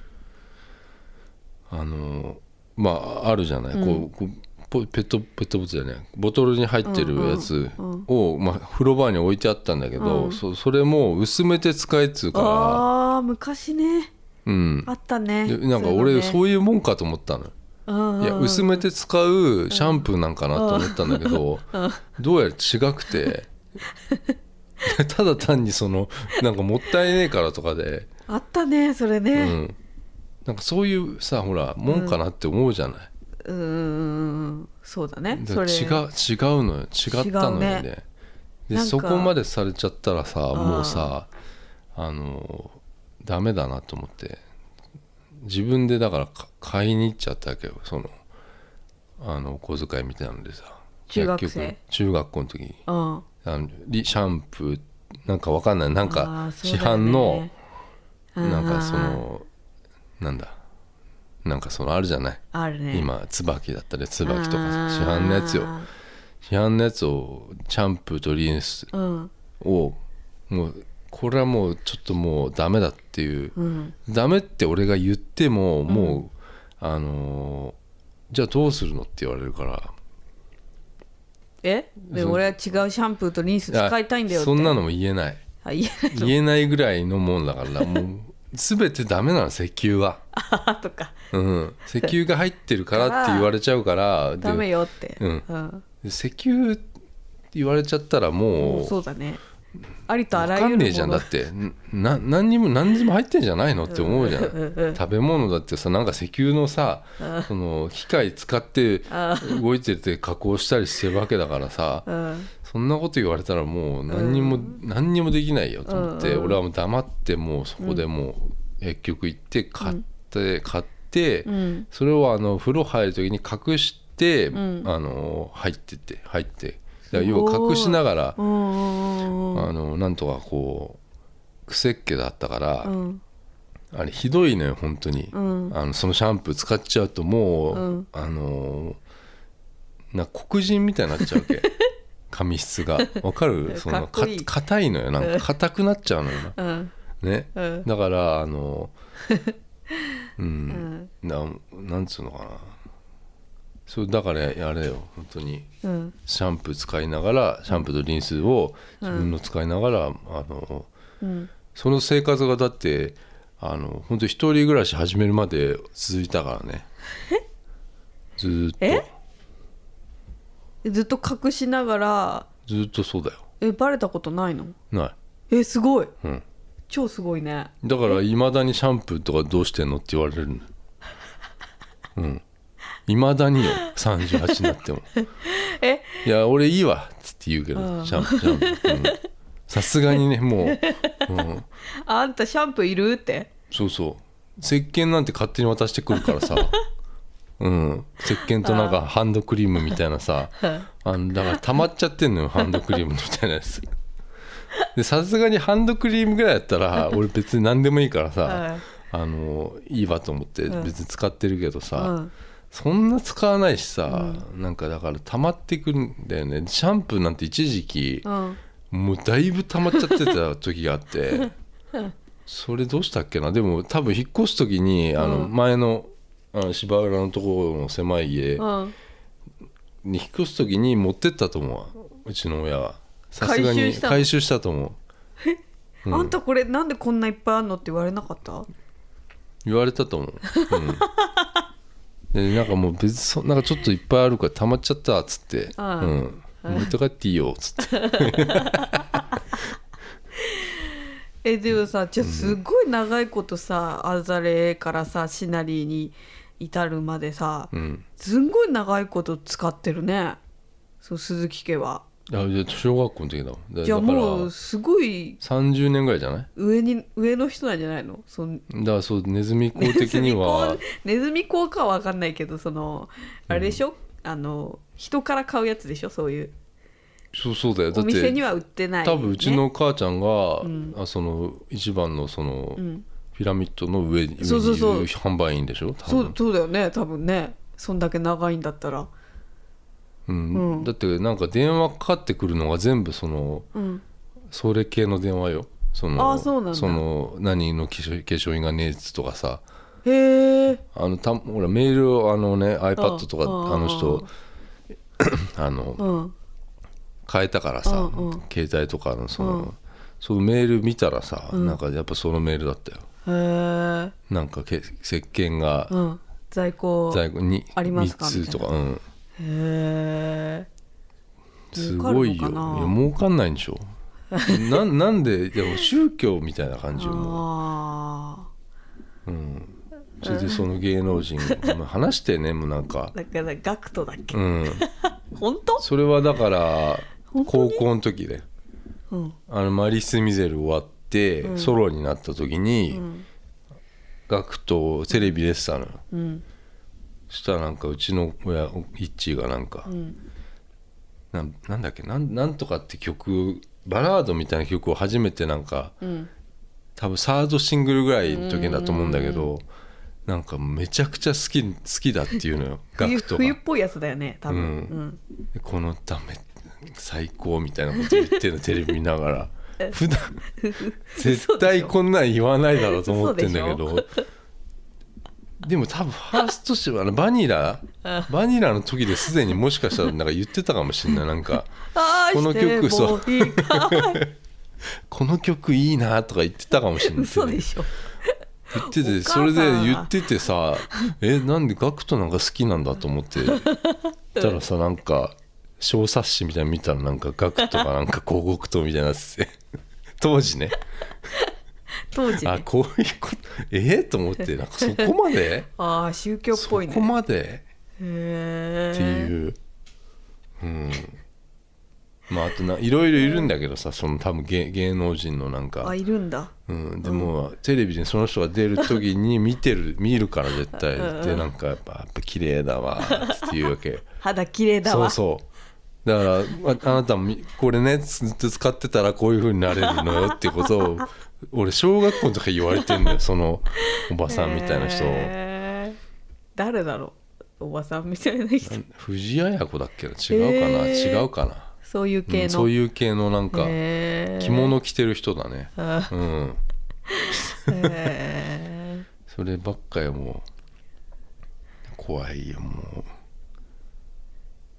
[SPEAKER 1] あのまああるじゃない、こうこうポペットペットボトルじゃないボトルに入ってるやつを、まあ、風呂場に置いてあったんだけど、そそれも薄めて使えっつうか
[SPEAKER 2] あー昔ね
[SPEAKER 1] ら、うん、
[SPEAKER 2] あったね
[SPEAKER 1] でなんか俺
[SPEAKER 2] うい
[SPEAKER 1] そういうもんかと思ったの、
[SPEAKER 2] うのね
[SPEAKER 1] いや薄めて使うシャンプーなんかなと思ったんだけど、どうやら違く てただ単にそのなんかもったいねえからとかで、
[SPEAKER 2] あったねそれ
[SPEAKER 1] う
[SPEAKER 2] ね
[SPEAKER 1] ん、なんかそういうさほらもんかなって思うじゃない。
[SPEAKER 2] うんうんうんうんそうだね
[SPEAKER 1] だ
[SPEAKER 2] そ
[SPEAKER 1] から
[SPEAKER 2] れ
[SPEAKER 1] 違う違うのよ違ったのよね
[SPEAKER 2] 違うね
[SPEAKER 1] で
[SPEAKER 2] なんか
[SPEAKER 1] そこまでされちゃったらさ
[SPEAKER 2] ん
[SPEAKER 1] もうさあのダメだなと思って自分でだからか買いに行っちゃったわけよそのあのお小遣いみたいなのでさ
[SPEAKER 2] 中学生
[SPEAKER 1] 中学校の時に
[SPEAKER 2] うんあ
[SPEAKER 1] あのリシャンプーなんかわかんないなんか
[SPEAKER 2] ー
[SPEAKER 1] 市
[SPEAKER 2] そうだ
[SPEAKER 1] 販
[SPEAKER 2] よね
[SPEAKER 1] の、
[SPEAKER 2] うん
[SPEAKER 1] なんかそのなんだなんかそのあるじゃない
[SPEAKER 2] あるね
[SPEAKER 1] 今椿だったり椿とかさ
[SPEAKER 2] あー
[SPEAKER 1] 市販のやつよ市販のやつをシャンプーとリンス
[SPEAKER 2] うん
[SPEAKER 1] をもうこれはもうちょっともうダメだっていう、
[SPEAKER 2] うん
[SPEAKER 1] ダメって俺が言ってももう、あのーじゃあどうするのって言われるから
[SPEAKER 2] えでも俺は違うシャンプーとリンス使いたいんだよって
[SPEAKER 1] そんなのも言えない
[SPEAKER 2] あいや
[SPEAKER 1] 言えないぐらいのもんだ からもう全てダメなの石油は、
[SPEAKER 2] あとか
[SPEAKER 1] うん、石油が入ってるからって言われちゃうから
[SPEAKER 2] ダメ
[SPEAKER 1] で
[SPEAKER 2] よって
[SPEAKER 1] うん
[SPEAKER 2] うん
[SPEAKER 1] 石油って言われちゃったらも
[SPEAKER 2] も
[SPEAKER 1] う
[SPEAKER 2] うそうだねありとあ
[SPEAKER 1] わ
[SPEAKER 2] ら
[SPEAKER 1] か
[SPEAKER 2] ゆる
[SPEAKER 1] ん
[SPEAKER 2] もの
[SPEAKER 1] ねえじゃんだってな何にも何にも入ってんじゃないのって思うじゃん食べ物だってさなんか石油のさその機械使って動いてて加工したりしてるわけだからさ
[SPEAKER 2] うん
[SPEAKER 1] そんなこと言われたらもう何にも何にもできないよと思って俺はもう黙ってもうそこでもう薬局行って買って買って
[SPEAKER 2] うん
[SPEAKER 1] それをあの風呂入る時に隠してあ
[SPEAKER 2] ん
[SPEAKER 1] の入ってって入ってだから
[SPEAKER 2] す
[SPEAKER 1] 要
[SPEAKER 2] ごい
[SPEAKER 1] は隠しながら
[SPEAKER 2] うんうんうん
[SPEAKER 1] あのなんとかこう癖っ気だったから、
[SPEAKER 2] うん
[SPEAKER 1] あれひどいのよ本当に、
[SPEAKER 2] うん
[SPEAKER 1] あのそのシャンプー使っちゃうともう、
[SPEAKER 2] うん
[SPEAKER 1] あのーな黒人みたいになっちゃうわ け髪質がわかるその
[SPEAKER 2] かっこいい
[SPEAKER 1] か硬いのよなんか硬くなっちゃうのよな
[SPEAKER 2] うん
[SPEAKER 1] ね、
[SPEAKER 2] うん
[SPEAKER 1] だからあのうん
[SPEAKER 2] ん、
[SPEAKER 1] なんなんつうのかなそうだからあれよ本当に
[SPEAKER 2] うん
[SPEAKER 1] シャンプー使いながらシャンプーとリンスを自分の使いながら、あの
[SPEAKER 2] うん
[SPEAKER 1] その生活がだってあの本当一人暮らし始めるまで続いたからねずーっと
[SPEAKER 2] えずっと隠しながら
[SPEAKER 1] ずーっとそうだよ
[SPEAKER 2] えバレたことないの
[SPEAKER 1] な
[SPEAKER 2] えすごい
[SPEAKER 1] い、うん、
[SPEAKER 2] 超すごいね
[SPEAKER 1] だからいまだにシャンプーとかどうしてんのって言われるのうんいまだによ38になっても
[SPEAKER 2] え
[SPEAKER 1] いや俺いいわっつって言うけ
[SPEAKER 2] う
[SPEAKER 1] ど
[SPEAKER 2] ん
[SPEAKER 1] シャンプーシャンプーうんさすがにねもう、うん、
[SPEAKER 2] あんたシャンプーいるって
[SPEAKER 1] そうそう石鹸なんて勝手に渡してくるから さうん石鹸となんかハンドクリームみたいなさあのだから溜まっちゃってんのよハンドクリームみたいなや つでさすがにハンドクリームぐらいやったら俺別に何でもいいからさ、あのいいわと思って
[SPEAKER 2] うん
[SPEAKER 1] 別に使ってるけどさ、
[SPEAKER 2] うん
[SPEAKER 1] そんな使わないしさ、なんかだから溜まってくんだよねシャンプーなんて一時期、
[SPEAKER 2] うん
[SPEAKER 1] もうだいぶ溜まっちゃってた時があってそれどうしたっけなでも多分引っ越す時にあの
[SPEAKER 2] うん
[SPEAKER 1] 前のあの芝浦のところの狭い家
[SPEAKER 2] うん
[SPEAKER 1] に引っ越す時に持ってったと思ううちの親はさすが
[SPEAKER 2] 回収
[SPEAKER 1] に
[SPEAKER 2] したの
[SPEAKER 1] 回収したと思うん
[SPEAKER 2] あんたこれなんでこんないっぱいあんのって言われなかった
[SPEAKER 1] 言われたと思う、うん、でなんかもう別にそなんかちょっといっぱいあるから溜まっちゃったっつって「う
[SPEAKER 2] ああ
[SPEAKER 1] ん、持って帰っていいよ」っつって
[SPEAKER 2] えでもさじゃあすごい長いことさ、アザレからさシナリーに至るまでさ、
[SPEAKER 1] うん
[SPEAKER 2] すんごい長いこと使ってるねそう鈴木家は
[SPEAKER 1] あいや小学校の時だもんだ
[SPEAKER 2] じゃあ
[SPEAKER 1] だから
[SPEAKER 2] もうすごい
[SPEAKER 1] 30年ぐらいじゃない
[SPEAKER 2] 上に上の人なんじゃないのその
[SPEAKER 1] だからそう ネズミ講的には
[SPEAKER 2] ネズミ講かは分かんないけどそのあれでしょ、あの人から買うやつでしょそういう
[SPEAKER 1] そうそうだよだ
[SPEAKER 2] お
[SPEAKER 1] っ
[SPEAKER 2] 店
[SPEAKER 1] て、
[SPEAKER 2] には売ってない、
[SPEAKER 1] 多分うちの
[SPEAKER 2] ね
[SPEAKER 1] 母ちゃんが、
[SPEAKER 2] ん
[SPEAKER 1] あその一番のその、
[SPEAKER 2] うん、
[SPEAKER 1] ピラミッドの上に
[SPEAKER 2] そうそうそう
[SPEAKER 1] 上にいる販売員でしょ多
[SPEAKER 2] そ
[SPEAKER 1] 分
[SPEAKER 2] うそうだよね多分ねそんだけ長いんだったら
[SPEAKER 1] うん
[SPEAKER 2] うん
[SPEAKER 1] だってなんか電話かかってくるのが全部その
[SPEAKER 2] うん
[SPEAKER 1] それ系の電話よその
[SPEAKER 2] あそうなんだ
[SPEAKER 1] の何の化粧化粧品がねえっつとかさ
[SPEAKER 2] へえ
[SPEAKER 1] あのたほらメールをあのね iPad とか
[SPEAKER 2] うん
[SPEAKER 1] あの人 あの
[SPEAKER 2] うん
[SPEAKER 1] 変えたからさ、
[SPEAKER 2] うんうん
[SPEAKER 1] 携帯とかのその,、
[SPEAKER 2] うん
[SPEAKER 1] そのメール見たらさ、なんかやっぱそのメールだったよ
[SPEAKER 2] へえ
[SPEAKER 1] なんかけ石鹸が
[SPEAKER 2] うん在庫
[SPEAKER 1] 在庫に
[SPEAKER 2] ありますか
[SPEAKER 1] 3つとかうん
[SPEAKER 2] へえ
[SPEAKER 1] す
[SPEAKER 2] 儲かる
[SPEAKER 1] ごいよ
[SPEAKER 2] のかない
[SPEAKER 1] や儲かんないんでしょな なんででも宗教みたいな感じよも
[SPEAKER 2] あ
[SPEAKER 1] う、うん、それでその芸能 人まあ話してねもうなんか
[SPEAKER 2] あだからガクトだっけ
[SPEAKER 1] うん
[SPEAKER 2] 本当
[SPEAKER 1] それはだから
[SPEAKER 2] 本当
[SPEAKER 1] 高
[SPEAKER 2] に
[SPEAKER 1] 校の時で
[SPEAKER 2] うん
[SPEAKER 1] あのマリス・ミゼル終わって、
[SPEAKER 2] うん
[SPEAKER 1] ソロになった時に、
[SPEAKER 2] うん
[SPEAKER 1] ガクトテレビ出てたのよ
[SPEAKER 2] うん
[SPEAKER 1] そしたらなんかうちの親イッチーがなんか、
[SPEAKER 2] うん
[SPEAKER 1] なんなんだっけなんなんとかって曲バラードみたいな曲を初めてなんか
[SPEAKER 2] うん
[SPEAKER 1] 多分サードシングルぐらいの時だと思うんだけどなんかめちゃくちゃ好き好きだっていうのよガ
[SPEAKER 2] 冬
[SPEAKER 1] クト
[SPEAKER 2] 冬っ
[SPEAKER 1] が
[SPEAKER 2] ぽいやつだよね多分
[SPEAKER 1] う
[SPEAKER 2] うん
[SPEAKER 1] でこのダメ最高みたいなこと言ってるのテレビ見ながら
[SPEAKER 2] え
[SPEAKER 1] 普 段絶対こんなん言わないだろうと思ってんだけどでも多分ファーストシングルあのバニラ
[SPEAKER 2] あ
[SPEAKER 1] バニラの時ですでにもしかしたらなんか言ってたかもしれないなんか。
[SPEAKER 2] 愛
[SPEAKER 1] この
[SPEAKER 2] して
[SPEAKER 1] 曲そう
[SPEAKER 2] もういいか
[SPEAKER 1] この曲いいなとか言ってたかもしれない、
[SPEAKER 2] 嘘 でしょ
[SPEAKER 1] 言ってて
[SPEAKER 2] お母さん
[SPEAKER 1] それで言ってて さえなんでガクトなんか好きなんだと思ってたらさなんか小冊子みたいなの見たらなんかガクトがなんか広告塔みたいになってて 当時ね
[SPEAKER 2] 当時
[SPEAKER 1] あ
[SPEAKER 2] ね
[SPEAKER 1] こういうことえー、と思ってなんかそこまで
[SPEAKER 2] ああ宗教っ
[SPEAKER 1] そ
[SPEAKER 2] ぽいね
[SPEAKER 1] こまで
[SPEAKER 2] へえ
[SPEAKER 1] っていう、うんまああとないろいろいるんだけどさその多分芸芸能人のなんか
[SPEAKER 2] あいるんだ
[SPEAKER 1] うん、でも、テレビでその人が出る時 に見てる見るから絶対
[SPEAKER 2] うん
[SPEAKER 1] でなんかやっぱ「やっぱ綺麗だわ」っていうわけ
[SPEAKER 2] 肌綺麗 だ
[SPEAKER 1] そう
[SPEAKER 2] わ
[SPEAKER 1] そうだからああなたもみこれねずっと使ってたらこういう風になれるのよっていうことを俺小学校の時から言われて んだよそのおばさんみたいな人を、
[SPEAKER 2] へー誰だろうおばさんみたいな人
[SPEAKER 1] 藤あや子だっけな違うかな、
[SPEAKER 2] へ
[SPEAKER 1] 違
[SPEAKER 2] ー
[SPEAKER 1] うかな、
[SPEAKER 2] そういう
[SPEAKER 1] う
[SPEAKER 2] 系の
[SPEAKER 1] んそういう系のなんか
[SPEAKER 2] へー
[SPEAKER 1] 着物着てる人だね
[SPEAKER 2] あ
[SPEAKER 1] うん
[SPEAKER 2] へ
[SPEAKER 1] そればっかよもう怖いよも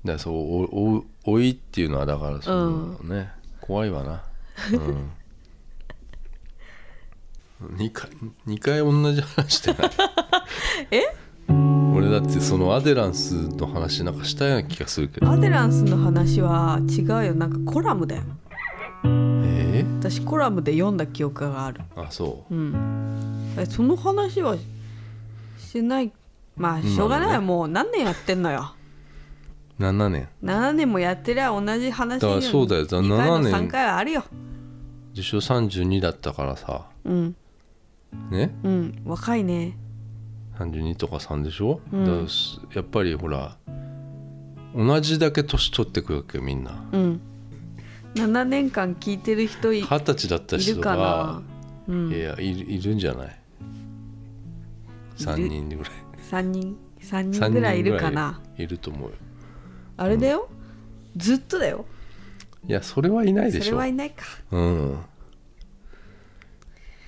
[SPEAKER 1] うだからそうおおおいっていうのはだからそのね、怖いわなうん2回 二回同じ話してない え俺だってそのアデランスの話なんかしたような気がするけ
[SPEAKER 2] ー
[SPEAKER 1] ど
[SPEAKER 2] アデランスの話は違うよなんかコラムだよ
[SPEAKER 1] えー
[SPEAKER 2] 私コラムで読んだ記憶がある
[SPEAKER 1] あそ
[SPEAKER 2] うんえその話はしてないまあしょうがない、
[SPEAKER 1] まあね
[SPEAKER 2] もう何年やってんのよ
[SPEAKER 1] う7年
[SPEAKER 2] 7年もやってりゃ同じ話
[SPEAKER 1] だからそうだよだから
[SPEAKER 2] 2回
[SPEAKER 1] 7
[SPEAKER 2] も
[SPEAKER 1] 年
[SPEAKER 2] 3回はあるよ
[SPEAKER 1] 受賞32だったからさ
[SPEAKER 2] うん
[SPEAKER 1] ね
[SPEAKER 2] うん若いね
[SPEAKER 1] 32とか3でしょ、
[SPEAKER 2] うん
[SPEAKER 1] だからすやっぱりほら同じだけ年取ってくわけよみんな
[SPEAKER 2] うん7年間聞いてる人い
[SPEAKER 1] 二十歳だった
[SPEAKER 2] い
[SPEAKER 1] 人
[SPEAKER 2] るか
[SPEAKER 1] が
[SPEAKER 2] な、うん、
[SPEAKER 1] いやいるいるんじゃない3人ぐらい
[SPEAKER 2] 3人
[SPEAKER 1] 3
[SPEAKER 2] 三人ぐらいいるかな
[SPEAKER 1] 人ぐらいいると思うよ
[SPEAKER 2] あれだよ、ずっとだよ
[SPEAKER 1] いやそれはいない
[SPEAKER 2] そ
[SPEAKER 1] でし
[SPEAKER 2] れ
[SPEAKER 1] ょ
[SPEAKER 2] はいないか
[SPEAKER 1] うん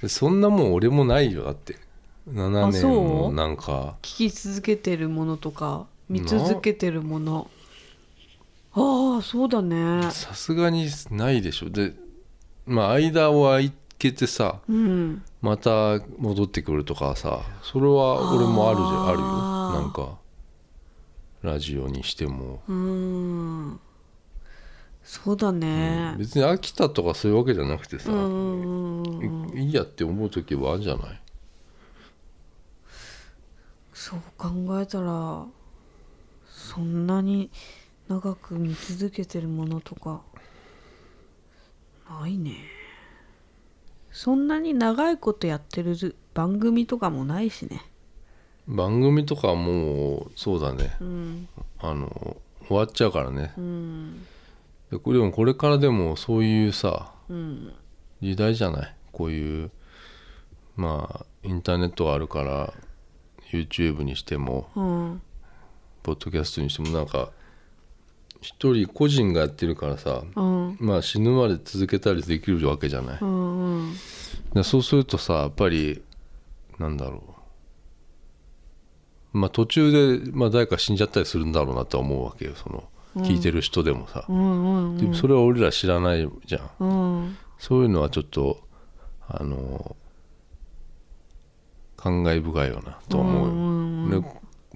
[SPEAKER 1] でそんなもん俺もないよだって7
[SPEAKER 2] あ
[SPEAKER 1] 年
[SPEAKER 2] そう
[SPEAKER 1] もなんか
[SPEAKER 2] 聞き続けてるものとか
[SPEAKER 1] な
[SPEAKER 2] 見続けてるものああそうだね
[SPEAKER 1] さすがにないでしょでまあ間を空けてさ
[SPEAKER 2] うん
[SPEAKER 1] また戻ってくるとかさそれは俺もあるじゃ
[SPEAKER 2] あ
[SPEAKER 1] ん
[SPEAKER 2] ー
[SPEAKER 1] あるよなんかラジオにしても、
[SPEAKER 2] うーんそうだね
[SPEAKER 1] 別に飽きたとかそういうわけじゃなくてさ、
[SPEAKER 2] うんうんうんうん
[SPEAKER 1] いいやって思う時はあるじゃない
[SPEAKER 2] そう考えたらそんなに長く見続けてるものとかないねそんなに長いことやってる番組とかもないしね
[SPEAKER 1] 番組とかはもうそうだね
[SPEAKER 2] うん
[SPEAKER 1] あの終わっちゃうからね
[SPEAKER 2] うん
[SPEAKER 1] でこれでもこれからでもそういうさ
[SPEAKER 2] うん
[SPEAKER 1] 時代じゃないこういうまあインターネットがあるから YouTube にしても
[SPEAKER 2] うん
[SPEAKER 1] ポッドキャストにしてもなんか一人個人がやってるからさ
[SPEAKER 2] うん
[SPEAKER 1] まあ死ぬまで続けたりできるわけじゃない、
[SPEAKER 2] うんうん
[SPEAKER 1] でそうするとさやっぱりなんだろうまあ途中で、まあ、誰か死んじゃったりするんだろうなとは思うわけよその聞いてる人でもさ、
[SPEAKER 2] うん
[SPEAKER 1] でもそれは俺ら知らないじゃん
[SPEAKER 2] うん
[SPEAKER 1] そういうのはちょっとあの感慨深いよなとは思うよ、で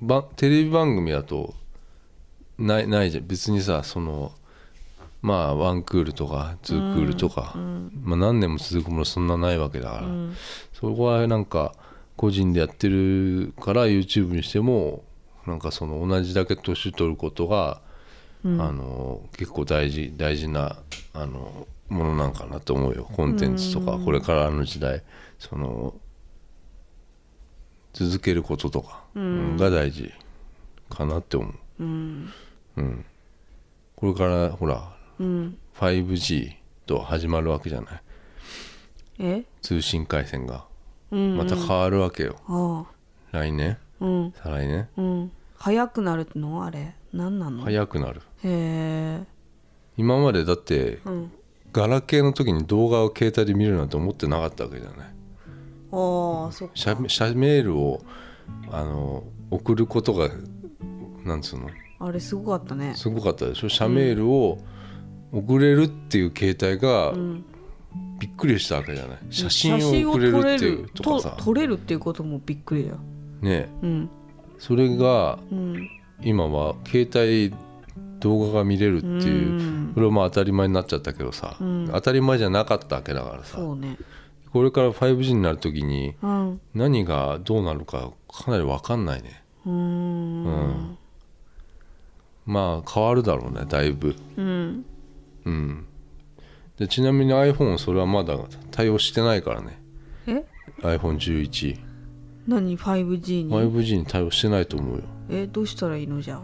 [SPEAKER 1] ばテレビ番組だとないないじゃん別にさそのまあワンクールとかツークールとか、まあ、何年も続くものそんなないわけだから、そこはなんか個人でやってるから YouTube にしてもなんかその同じだけ年取ることが、あの結構大事大事なあのものなんかなと思うよコンテンツとか、これからの時代その続けることとかうんが大事かなって思う、
[SPEAKER 2] うん
[SPEAKER 1] うん、これからほら
[SPEAKER 2] うん
[SPEAKER 1] 5G と始まるわけじゃない
[SPEAKER 2] え
[SPEAKER 1] 通信回線が
[SPEAKER 2] うん
[SPEAKER 1] また変わるわけよ、
[SPEAKER 2] ああ
[SPEAKER 1] 来年
[SPEAKER 2] うん
[SPEAKER 1] 再来年
[SPEAKER 2] うん早くなるのあれ何なのへ
[SPEAKER 1] 早くなる
[SPEAKER 2] え
[SPEAKER 1] 今までだって
[SPEAKER 2] うん
[SPEAKER 1] ガラケーの時に動画を携帯で見るなんて思ってなかったわけじゃない
[SPEAKER 2] ああそっか
[SPEAKER 1] 社社メールをあの送ることがなんつうの
[SPEAKER 2] あれすごかったね
[SPEAKER 1] すごかったでしょ社メールを送れるっていう携帯が
[SPEAKER 2] ん
[SPEAKER 1] びっくりしたわけじゃない写真を送れるっていうとか
[SPEAKER 2] と
[SPEAKER 1] さ
[SPEAKER 2] 撮れるっていうこともびっくりだよ
[SPEAKER 1] ね
[SPEAKER 2] うん
[SPEAKER 1] それが
[SPEAKER 2] うん
[SPEAKER 1] 今は携帯動画が見れるっていう
[SPEAKER 2] うん
[SPEAKER 1] これはまあ当たり前になっちゃったけどさ
[SPEAKER 2] うん
[SPEAKER 1] 当たり前じゃなかったわけだからさ
[SPEAKER 2] そうね
[SPEAKER 1] これから 5G になる時に
[SPEAKER 2] うんう
[SPEAKER 1] 何がどうなるかかなり分かんないね
[SPEAKER 2] ーん
[SPEAKER 1] まあ変わるだろうねだいぶ
[SPEAKER 2] うん
[SPEAKER 1] うんでちなみに iPhone それはまだ対応してないからね
[SPEAKER 2] え
[SPEAKER 1] iPhone11
[SPEAKER 2] 何 5G に
[SPEAKER 1] 5G に対応してないと思うよ
[SPEAKER 2] えどうしたらいいのじゃあ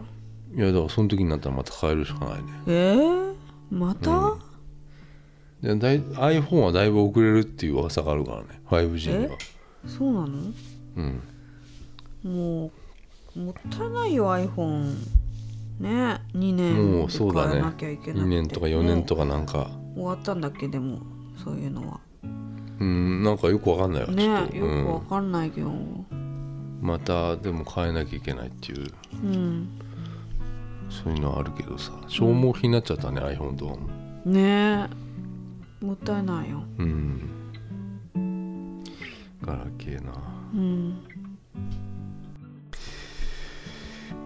[SPEAKER 1] いやだからその時になったらまた変えるしかないね
[SPEAKER 2] えー、また、
[SPEAKER 1] でだい iPhone はだいぶ遅れるっていう噂があるからね 5G には
[SPEAKER 2] そうなの
[SPEAKER 1] うん
[SPEAKER 2] もうもったいないよ iPhone ね2年
[SPEAKER 1] もうそうだ
[SPEAKER 2] とか
[SPEAKER 1] ね
[SPEAKER 2] やらなきゃいけなくて
[SPEAKER 1] 2年とか4年と
[SPEAKER 2] か
[SPEAKER 1] かなんか
[SPEAKER 2] 終わったんだっけでもそういうのは
[SPEAKER 1] うんなんかよくわかんないわちょっ
[SPEAKER 2] ね
[SPEAKER 1] と、
[SPEAKER 2] よ
[SPEAKER 1] う
[SPEAKER 2] くわ
[SPEAKER 1] ん、
[SPEAKER 2] かんないけど
[SPEAKER 1] またでも変えなきゃいけないっていう
[SPEAKER 2] うん
[SPEAKER 1] そういうのはあるけどさ消耗品になっちゃったね、iPhone とかも
[SPEAKER 2] ねえもったいないよ
[SPEAKER 1] うんガラケーな
[SPEAKER 2] うん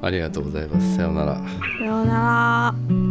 [SPEAKER 1] ありがとうございますさようなら
[SPEAKER 2] さようなら